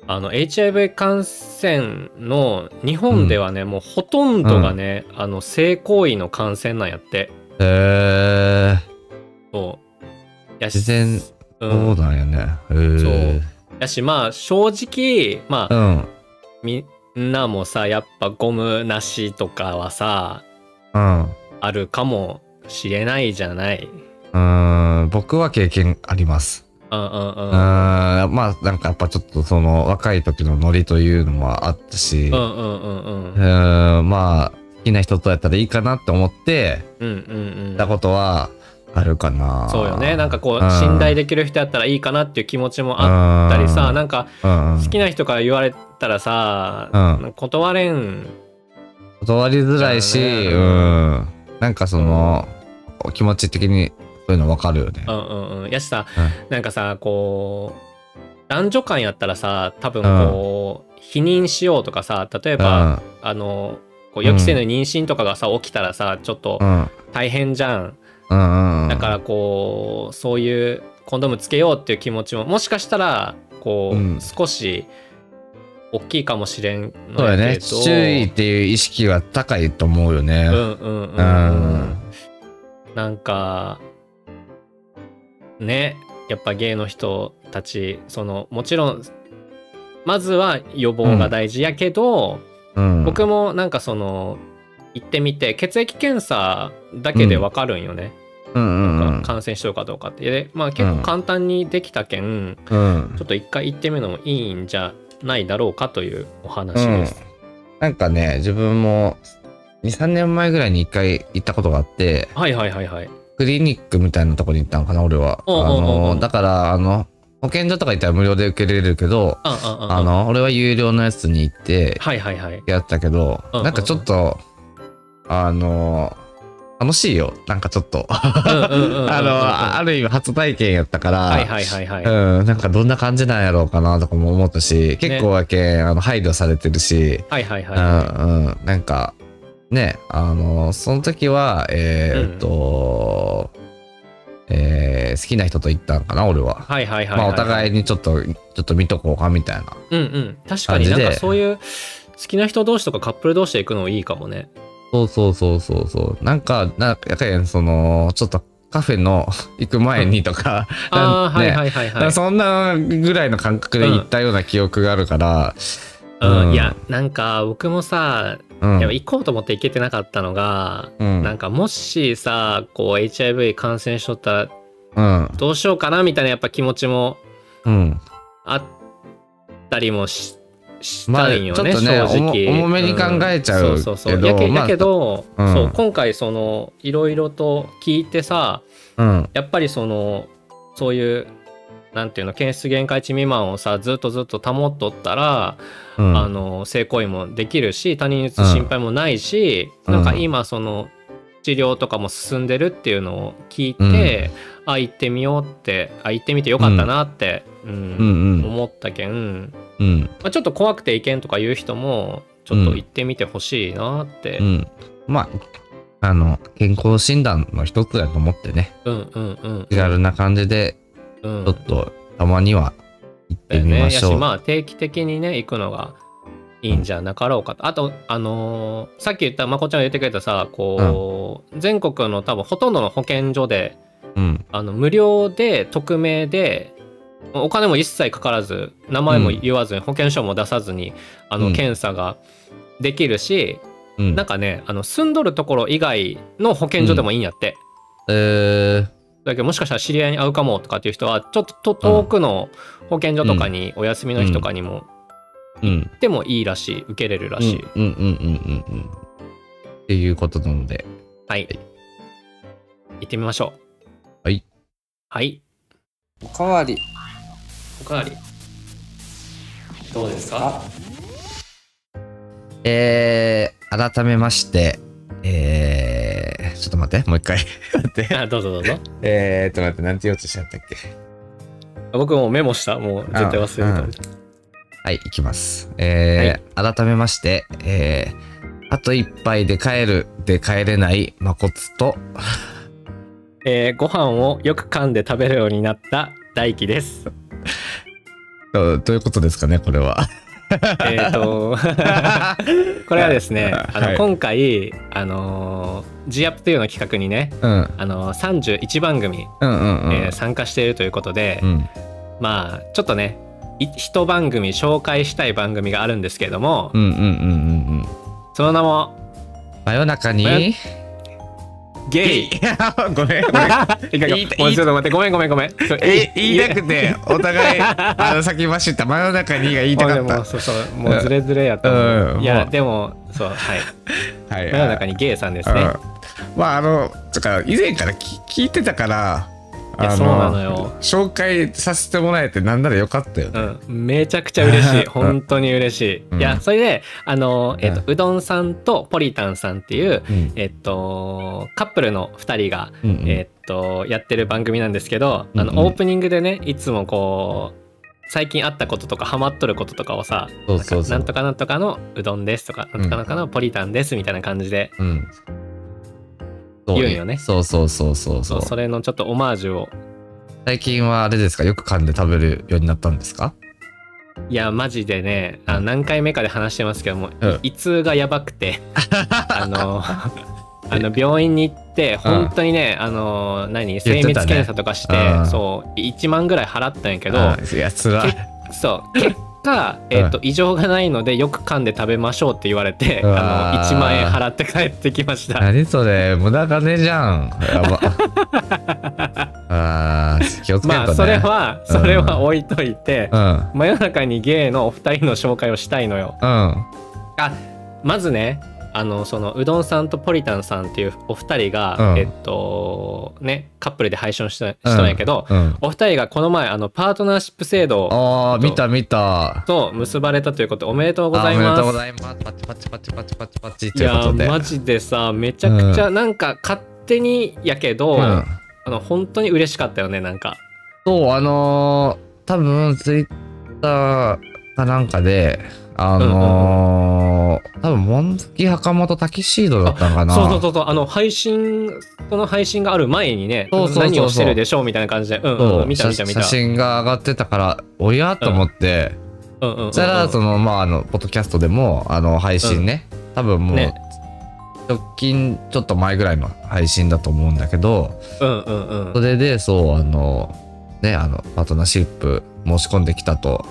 A: あの HIV 感染の日本ではね、もうほとんどがね、あの性行為の感染なんやって
B: へえ
A: そうやし
B: 自然そうなんやねへえ
A: やしまあ正直まあ、
B: うん
A: みんなもさやっぱゴムなしとかはさ
B: うん
A: あるかもしれないじゃない。
B: うん僕は経験あります
A: うんうんう
B: うん
A: ん。
B: まあなんかやっぱちょっとその若い時のノリというのもあった
A: う
B: し、
A: んうんうんうん。
B: うーんまあ好きな人とやったらいいかなって思って
A: うんうんうん。
B: たことはあるかな、
A: そうよね。なんかこう、
B: うん
A: 信頼できる人やったらいいかなっていう気持ちもあったり
B: う
A: さ、
B: ん
A: なんか、
B: うん
A: 好きな人から言われたらさ、
B: うん
A: なんか断れん。
B: 断りづらいし、
A: だよね
B: うんなんかその、気持ち的にそういうの分かるよね
A: うんうんうん。やしさ、
B: う
A: なんかさ、こう、男女間やったらさ、多分こう、否認しようとかさ、例えば、あの、こう予期せぬ妊娠とかがさ、起きたらさ、ちょっと
B: うん
A: 大変じゃん。
B: うんうん
A: だからこうそういうコンドームつけようっていう気持ちももしかしたらこう、
B: うん
A: 少し大きいかもしれん
B: そう
A: の
B: だ
A: や
B: よね
A: けど
B: 注意っていう意識は高いと思うよね
A: うんうんうん
B: う
A: うん
B: ん
A: なんかねやっぱゲイの人たちそのもちろんまずは予防が大事やけど、
B: うん
A: 僕もなんかその行ってみて血液検査だけでわかるんよね、
B: うんうんうん
A: 感染しとるかどうかってで、まあ、結構簡単にできたけん、
B: うん
A: ちょっと一回行ってみるのもいいんじゃないだろうかというお話です。
B: なんかね自分も23年前ぐらいに1回行ったことがあって
A: はいはいはいはい。
B: クリニックみたいなとこに行ったのかな俺はあ
A: うんうんうんうん
B: のだからあの保健所とか行ったら無料で受けれるけど
A: ああああ
B: あの俺は有料のやつに行って
A: はいはいはい。
B: やったけど
A: うんうんうん
B: なんかちょっとあの楽しいよなんかちょっと
A: うんうんうんうんうん
B: あの ある意味初体験やったから
A: はいはいはいはい
B: うんなんかどんな感じなんやろうかなとかも思ったし結構やけんあの配慮されてるし
A: はいはいはい
B: うんうんなんかねあのその時はえーっとえー好きな人と行ったんかな俺は
A: はいはいはいはい
B: まあお互いにちょっとちょっと見とこうかみたいな
A: うんうん。確かになんかそういう好きな人同士とかカップル同士で行くのもいいかもね。
B: そうそうそうそうそう。なんか、なんか、やかんその、ちょっとカフェの 行く前にとか、
A: あー
B: なんね
A: はいはいはいはい
B: なんかそんなぐらいの感覚で行ったような記憶があるから、
A: うん
B: うん
A: いやなんか僕もさ、
B: うん
A: やっぱ行こうと思って行けてなかったのが、
B: うん
A: なんかもしさこう HIV 感染しとったら
B: うん、
A: どうしようかなみたいなやっぱ気持ちも
B: うん。
A: あったりもしした
B: まあ
A: いんよね,、
B: ちょっとね
A: 正直
B: 重重めに考えちゃうけど
A: んそうそうそうやけ
B: まあ
A: だけど、
B: うん
A: そう今回そのいろいろと聞いてさ
B: うん。
A: やっぱりそのそういうなんていうの検出限界値未満をさずっとずっと保っとったら、
B: うん
A: あの性行為もできるし他人にうつ心配もないし、
B: うん
A: なんか今その治療とかも進んでるっていうのを聞いて、あ行ってみようってあ行ってみてよかったなって、うん
B: うんうん
A: 思ったけん、
B: うん。
A: まあ、ちょっと怖くて行けんとか言う人もちょっと行ってみてほしいなって、
B: うん。まあ、あの、健康診断の一つだと思ってね、
A: うんうんうん
B: 気軽な感じで、
A: う
B: ち
A: ん
B: ょっと、たまには行ってみ
A: ね
B: ま
A: や
B: し
A: し
B: ょう。
A: まあ定期的にね行くのがいいんじゃなかろうかと。あと、あのーさっき言った、まこちゃんが言ってくれたさ、こう、全国の多分ほとんどの保健所で、
B: うん。
A: あの無料で匿名でお金も一切かからず名前も言わずに、保険証も出さずにあの
B: うん
A: 検査ができるし、
B: うん
A: なんかねあの住んどるところ以外の保健所でもいいんやって、
B: えー、
A: だけどもしかしたら知り合いに会うかもとかっていう人はちょっとと遠くの保健所とかに、お休みの日とかにも
B: うん。
A: 行ってもいいらしい受けれるら
B: うん
A: しい、
B: うんうんうんうんうん。っていうことなので。
A: はい行ってみましょう
B: はい
A: はい
O: おかわり
A: おかわりどうですか
B: えー、改めまして、えー、ちょっと待って、もう一回。待って。
A: あどうぞどうぞ
B: えーっと待って、なんて言おうとしちゃったっけ。
A: 僕もうメモしたもう絶対忘れてた、
B: うんうんはい、いきます。えー改めまして、えーあと一杯で帰るで帰れないまこつと、
A: えーご飯をよく噛んで食べるようになった大輝です。
B: どどういうことですかね、これは。
A: えっと これはですね、あの、
B: はい
A: 今回あのー G アップというの企画にね、
B: うん。
A: あのー、31番組、
B: うんうんうん。
A: えー参加しているということで、
B: うん。
A: まあちょっとねい一番組紹介したい番組があるんですけれども、
B: うんうんうんうんうん。
A: その名も
B: 真夜中に、
A: 真夜ゲ イ。
B: ごめ ん、
A: いかんいかんもうちょっと待ってごめんごめんご めん。そう
B: え、言いたくて、お互い、あの、先走った、真夜中にが言いたか
A: もうでも
B: っ
A: そうそうもうずれずれやった。
B: うんうん
A: いや
B: もう
A: でもそうはい。
B: た。はい。
A: 真夜中にゲイさんですね。
B: うんまあ、あの、つうか、以前から聞聞いてたから、
A: いやそうなのよ。
B: 紹介させてもらえて、なんならよかったよね。
A: うん、めちゃくちゃ嬉しい本当に嬉しい、
B: うん
A: いやそれであの、えっとうどんさんとポリタンさんっていう、
B: うん
A: えっとカップルの2人が、
B: うんうん
A: えっとやってる番組なんですけど、
B: うんうん
A: あのオープニングでねいつもこう最近あったこととかハマっとることとかをさ
B: そうそうそう
A: なんかなんとかなんとかのうどんですとかなんとかなんとかのポリタンですみたいな感じで、
B: うん。そう
A: 言うんよね
B: そうそうそうそ
A: そ
B: うそう
A: うそれのちょっとオマージュを
B: 最近はあれですか、よく噛んで食べるようになったんですか
A: いやマジでねあ何回目かで話してますけども、
B: うん
A: 胃痛がやばく てあのあの病院に行って本当にね、あの何精
B: 言って
A: 密
B: たね
A: 検査とかして
B: うん
A: そう1万ぐらい払ったんやけど
B: あいや、つらい。
A: そう結果、えっと異常がないのでよく噛んで食べましょうって言われて
B: うわー
A: あの1万円払って帰ってきました
B: 何それ、無駄金じゃん。やば。あー気をつけんとね。
A: まあそれはそれは置いといて、
B: うん。
A: 真夜中にゲイのお二人の紹介をしたいのよ
B: うん。
A: あまずねあのそのうどんさんとポリタンさんっていうお二人が、
B: うん
A: えっとねカップルで配信したしたんやけど、
B: うん。
A: お二人がこの前あのパートナーシップ制度
B: ああ、見た見た。
A: と結ばれたということでおめでとうござい
B: あおめで
A: ます
B: とうございます。パチパチパチパチパチパチ
A: い
B: ということで。
A: やマジでさめちゃくちゃ
B: う
A: なんか勝手にやけど、
B: うん
A: あの本当に嬉しかったよねなんか
B: そう、あのー多分ツイッターかなんかで、あのー多分モンスキ袴とタキシードだったのかな。
A: そうそうそうそうあの配信その配信がある前にね
B: そうそうそうそう
A: 何をしてるでしょうみたいな感じでうん
B: そう
A: うん、うん、見た見た
B: 写
A: 見た
B: 写真が上がってたから、おやと思って、
A: うんうんうんうん
B: そしたら、その、まあ、あの、ポッドキャストでも、あの、配信ね、多分もう、
A: ね
B: 直近ちょっと前ぐらいの配信だと思うんだけど、
A: うんうんうん
B: それで、そう、あの、ね、あの、パートナーシップ申し込んできたと。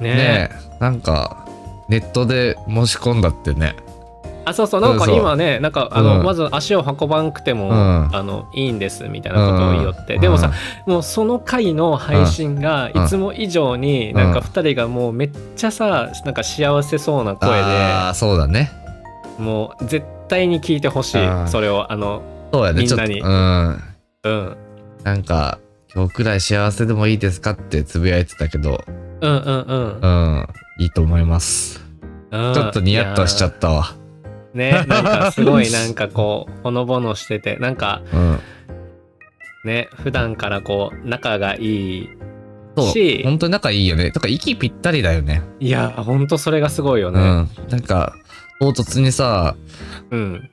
A: ねえ
B: ねえなんか、ネットで申し込んだってね。
A: あそうそうなんか
B: そうそう
A: 今ねなんかあの、
B: うん
A: まず足を運ばんくても、
B: うん
A: あのいいんですみたいなことを言おって、
B: うん
A: でもさ、もうその回の配信が
B: うん
A: いつも以上に、
B: うん
A: なんか2人がもうめっちゃさなんか幸せそうな声
B: ああ、そうだね。
A: でもう絶対に聞いてほし
B: あ
A: い
B: ー
A: それをあの
B: そうやね、
A: みんなに
B: ちょっと、うん。
A: うん
B: なんか、今日くらい幸せでもいいですかってつぶやいてたけど、
A: うんうんうん
B: うん、いいと思います。
A: うん
B: ちょっとニヤッとしちゃったわ。
A: いやーねなんかすごいなんかこう ほのぼのしててなんか
B: うん。
A: ね普段からこう仲がいい
B: そう、
A: し
B: 本当に仲いいよね。とか、息ぴったりだよね。
A: いやーほんとそれがすごいよ
B: う
A: ね
B: ん。なんか、唐突にさ、
A: うん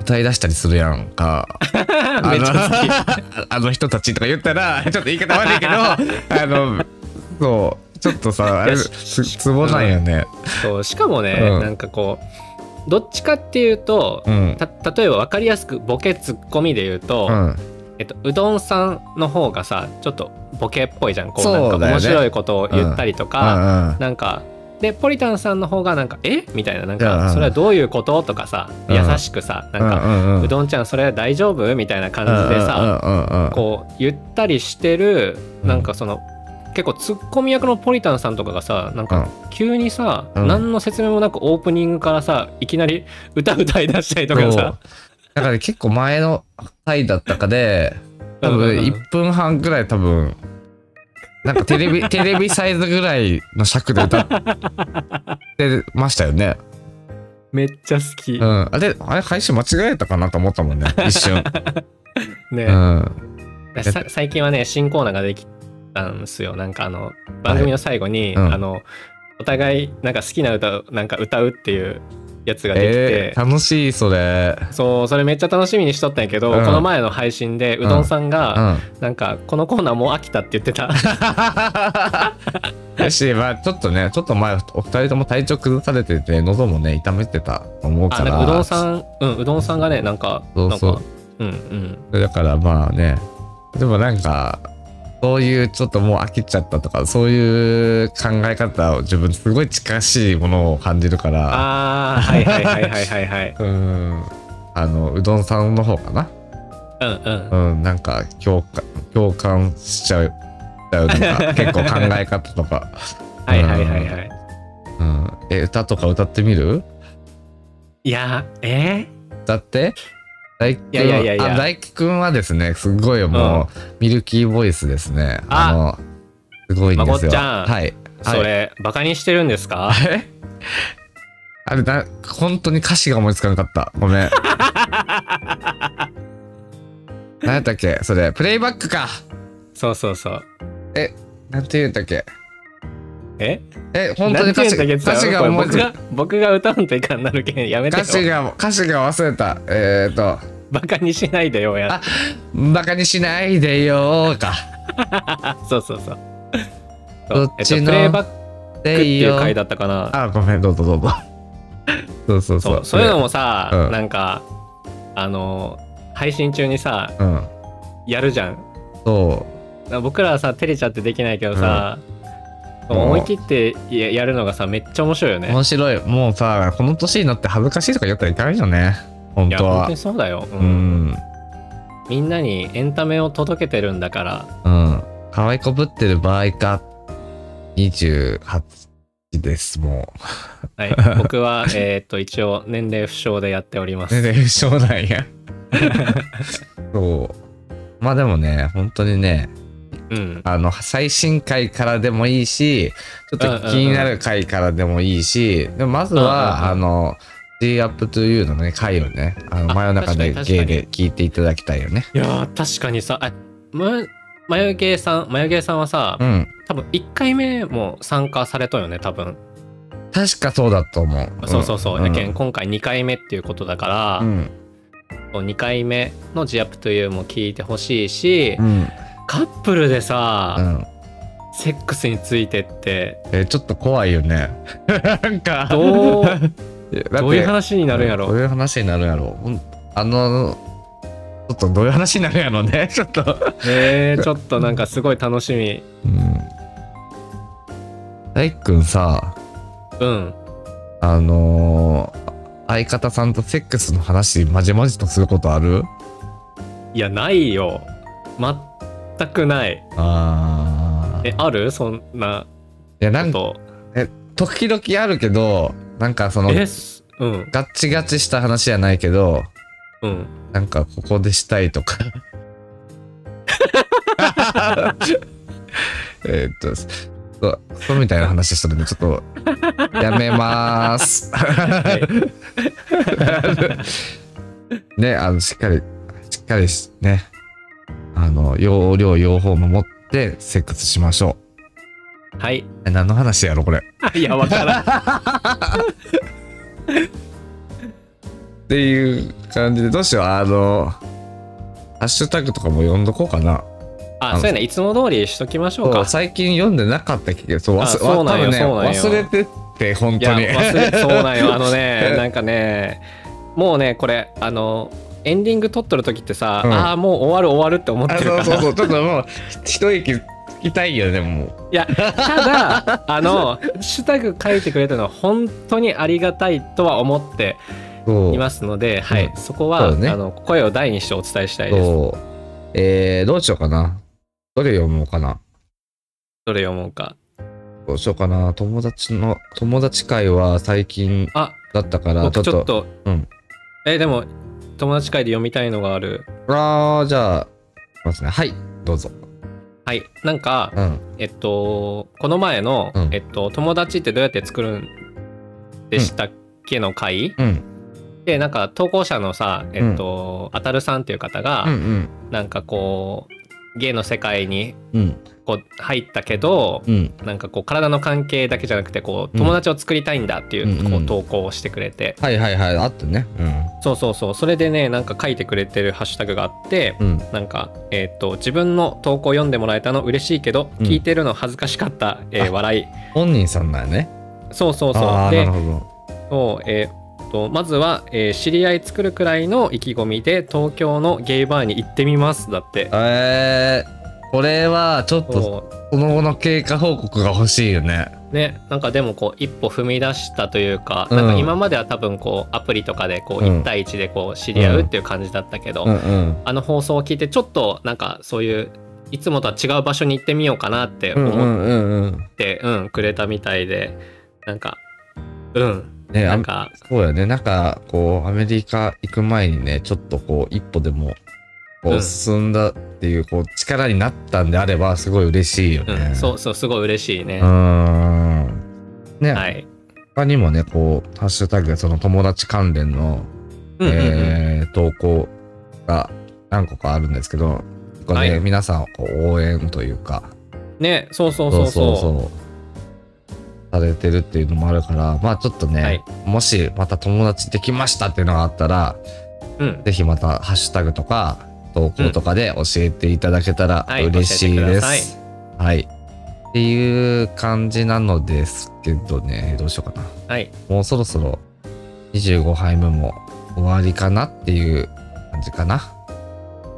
B: 歌い出したりするやんか。
A: めっちゃ
B: あのあの人たちとか言ったら、ちょっと言い方悪いけど、あの、そちょっとさ、あれ、
A: いや
B: つツボなんよね。
A: そうしかもね、
B: うん
A: なんかこうどっちかっていうと、
B: うん
A: た例えば分かりやすくボケツッコミで言うと、
B: うん。
A: えっと、うどんさんの方がさちょっとボケっぽいじゃんこう
B: そうだよ
A: な
B: ね
A: んか面白いことを言ったりとか、
B: うんうん
A: なんかでポリタンさんの方がなんか「えみたいななん
B: うんう
A: か
B: ん
A: 「それはどういうこと?」とかさ
B: うん
A: 優しくさ「なんか、
B: うん
A: うどんちゃんそれは大丈夫?」みたいな感じでさ
B: さ
A: こう言ったりしてるなんかその結構ツッコミ役のポリタンさんとかがさなんか急にさ
B: うん
A: 何の説明もなくオープニングからさいきなり歌歌い出したりとかさ
B: だから結構前の回だった かで、多
A: うんうん
B: 分
A: うん
B: 1分半ぐらい多分、なんかテ レビ、テレビサイズぐらいの尺で歌ってました よね。
A: めっちゃ好き、
B: うん。あれ、あれ配信間違えたかなと思った もんね。一瞬。
A: ね
B: うん。
A: さ最近はね新コーナーができたんですよなんかあの番組の最後に、
B: うん
A: あのお互いなんか好きな歌をなんか歌うっていうやつができ
B: え
A: て、
B: ー、楽しい、それ。
A: そうそれめっちゃ楽しみにしとったんやけど、
B: うん
A: この前の配信で
B: う
A: うんどんさんが、
B: うん
A: なんかこのコーナーもう飽きたって言って た
B: だし、まあ、ちょっとね、ちょっと前、お二人とも体調崩されてて、喉もね、痛めてたと思う
A: あ
B: か
A: なん
B: ら。
A: かうどんさんうんうどんさんがねなんか
B: そうそう
A: なんかうんうん
B: だからまあね、でもなんか、そういうちょっともう飽きちゃったとか、そういう考え方を自分すごい近しいものを感じるから、
A: ああはいはいはいはいはい はい
B: うん、あの、うどんさんの方かな。
A: うんうん
B: うん、なんか共感、共感しちゃう、しちゃうと か、結構考え方とか。
A: はいはいはいはい
B: うん。うんえ、歌とか歌ってみる
A: いやーえ
B: だって大輝くん
A: いやいやいやいや
B: あ大輝くんはですねすごいもう、ミルキーボイスですねあのすごいん
A: ま
B: で
A: こっ
B: すよ
A: ちゃん
B: はい
A: そ
B: はい、
A: れ、バカにしてるんですか
B: あれだ本当に歌詞が思いつかなかった ごめん何やったっけそれプレイバックか
A: そうそうそう
B: えなんて言うんだっけ
A: え
B: え本当に歌詞
A: なんて言うんだっけ
B: 歌詞が思いつ
A: これ僕が僕が歌うんといかんなるけんやめてよ
B: 歌詞が歌詞が忘れたえっ、と
A: バカにしないでよや
B: バカにしないでよーか
A: そうそうそう
B: どっちの
A: えっとプレイバックっていう回だったかな
B: あごめんどうぞどうぞそうそうそう
A: そうそういうのもさ、
B: うん
A: なんかあの配信中にさ
B: うん
A: やるじゃん
B: そ
A: 僕らはさ照れちゃってできないけどさ、思い切ってややるのがさめっちゃ面白いよ
B: う
A: ね
B: 面白いもうさこの年になって恥ずかしいとか言ったらいかないよね本
A: いや
B: 当
A: 本
B: は
A: 当にそうだよ、う
B: うんん
A: みんなにエンタメを届けてるんだから
B: うん可愛こぶってる場合か28ですも
A: はい 僕は、えーっと、一応、年齢不詳でやっておりま
B: う
A: す。
B: ねで不祥なん やそうまあでもね本当にね
A: うん。
B: あの最新回からでもいいしちょっと気になる回からでもいいし、でもまずは、あの「G up to you」のね回をねあの真夜中で
A: 確かに確か
B: ゲ
A: に
B: イで聞いていただきたいよね
A: いやー、確かにさ、あ、ま、眉毛さん、眉毛さんはさ、
B: うん
A: 多分、1回目も参加されたよね、多分。
B: 確かそうだと思う。
A: そうそうそう。
B: ん
A: やけん、今回2回目っていうことだから、
B: うん
A: 2回目の G up to you も聞いてほしいし、
B: うん
A: カップルでさ、
B: うん
A: セックスについて って、
B: えーちょっと怖いよね。 なんか
A: どう、
B: だって
A: どういう話になるんやろ
B: どういう話になるんやろほんあのちょっとどういう話になるんやろね ちょっと
A: えー、ちょっとなんかすごい楽しみ。
B: 大輝くんさ
A: うん。
B: あのー相方さんとセックスの話まじまじとすることある
A: いや、ないよ。全くない。
B: あ
A: え、あるそんな。
B: いやなんかえ時々あるけどなんかその
A: えすうん
B: ガッチガチした話じゃないけど
A: うん。
B: なんかここでしたいと かえーっとそうそうみたいな話してるんでちょっとやめまー す。ね、あの、しっかり、しっかりしね、あの、要領、用法を守って、セックスしましょ
A: はい。
B: う。え何の話やろ、これ。
A: いや、わからん。
B: っていう感じで、どうしよう、あの、ハッシュタグとかも読んどこうかな。
A: あそうやねいつも通りしときましょう
B: そう
A: か
B: 最近読んでなかったけど、そう忘
A: あそうなんよ
B: 多分ね
A: そうなんよ
B: 忘れてって、本
A: い
B: 当
A: や
B: に。
A: 忘れそうなんよあの ねなんかねもうねこれあのエンディング撮っとる時ってさ、
B: うん
A: ああもう終わる終わるって思って
B: あ
A: るか
B: そ
A: ら
B: うそうそう、ちょっともう、一息つきたいよね、もう。
A: いやただあのハッシュタグ書いてくれたのは本当にありがたいとは思って
B: そう
A: いますので、はい、そこ
B: そう
A: は、
B: だね
A: あの声を大にしてお伝えしたいです。
B: そう。えー、どうしようかな。どれ読もうかな。
A: どれ読もうか。
B: どうしようかな。友達の、友達会は最近
A: あ
B: だったから、
A: 僕ちょっと、
B: うん。
A: えでも友達会で読みたいのがある。
B: あー、じゃあ、まずね。はい、どうぞ。
A: はい、なんか、
B: うん。
A: えっとこの前の、えっと友達ってどうやって作るんでしたっけの回、
B: うん。
A: でなんか投稿者のさえっと、あたるさんっていう方が、
B: うんうん。
A: なんかこう芸の世界に
B: うん。
A: こう入ったけど、
B: うん。
A: なんかこう体の関係だけじゃなくてこう
B: うん
A: 友達を作りたいんだってい
B: うんう
A: うんこう投稿をしてくれて、
B: はいはいはい、あったね。
A: そうそうそうそれでねなんか書いてくれてるハッシュタグがあって、
B: うん
A: なんか、えー、と自分の投稿読んでもらえたの嬉しいけど、
B: うん
A: 聞いてるの恥ずかしかった、えー笑い
B: 本人さんだよね。
A: そうそうそ
B: あ
A: う
B: ー
A: で
B: なるほど。
A: そう、えー、とまずは、えー知り合い作るくらいの意気込みで東京のゲイバーに行ってみます」だって
B: えー、これはちょっとその後の経過報告が欲しいよね。
A: ね、なんかでもこう一歩踏み出したというか,、
B: うん
A: なんか今までは多分こうアプリとかでこう
B: うん
A: 1対1でこう知り合うっていう感じだったけど、
B: うんうん。
A: あの放送を聞いてちょっとなんかそういういつもとは違う場所に行ってみようかなって
B: うんう
A: 思
B: んうんうん。
A: って、うんくれたみたいでなんかうん
B: ね
A: なんか
B: そうやね。なんか、こう、アメリカ行く前にね、ちょっとこう、一歩でも、
A: う
B: こ
A: ん
B: う、進んだっていう、こう、力になったんであれば、すごい嬉しいよね。
A: そうそうすごい嬉しいね。
B: うーん。ね、
A: はい
B: 他にもね、こう、ハッシュタグでその友達関連の、
A: うんうんうん
B: えー投稿が何個かあるんですけど、これね、
A: はい
B: 皆さんをこう応援というか、
A: ねそうそうそうそう
B: うされてるっていうのもあるから、まあちょっとね、もしまた友達できましたっていうのがあったら、
A: うん
B: ぜひまたハッシュタグとか投稿とかで教えていただけたら
A: はい
B: 嬉しいで
A: 教え
B: す。はい、っていう感じなのですけどね、どうしようかな。
A: はい
B: もうそろそろ25杯目も終わりかなっていう感じかな。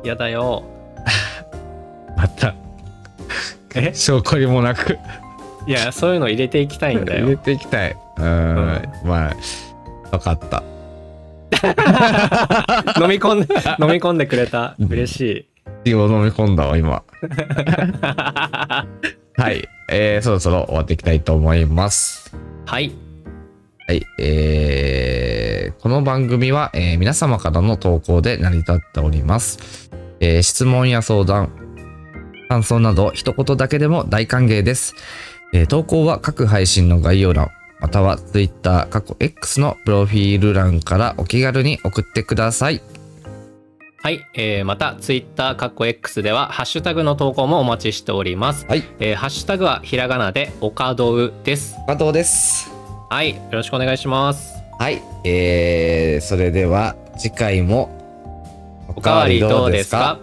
A: やだよ
B: また。え 証拠にもなく。
A: い やそういうの入れていきたいんだ
B: 入れ
A: よ
B: ていきたい。うーん。まあ、わかった。
A: 飲み込ん で飲み込んでくれた嬉しい
B: 血を飲み込んだわ、今。はい。えー、そろそろ終わっていきたいと思います。
A: はい
B: はい。えー、この番組は、えー皆様からの投稿で成り立っております。えー質問や相談、感想など一言だけでも大歓迎です。えー投稿は各配信の概要欄、または Twitter 過去 X のプロフィール欄からお気軽に送ってください。
A: はい、えーまた Twitter かっこ X ではハッシュタグの投稿もお待ちしております。
B: はい、
A: えーハッシュタグはひらがなでおかどうです。
B: おかどうです。
A: はい、よろしくお願いします。
B: はい、えー、それでは次回もお
A: おかわりどうですか。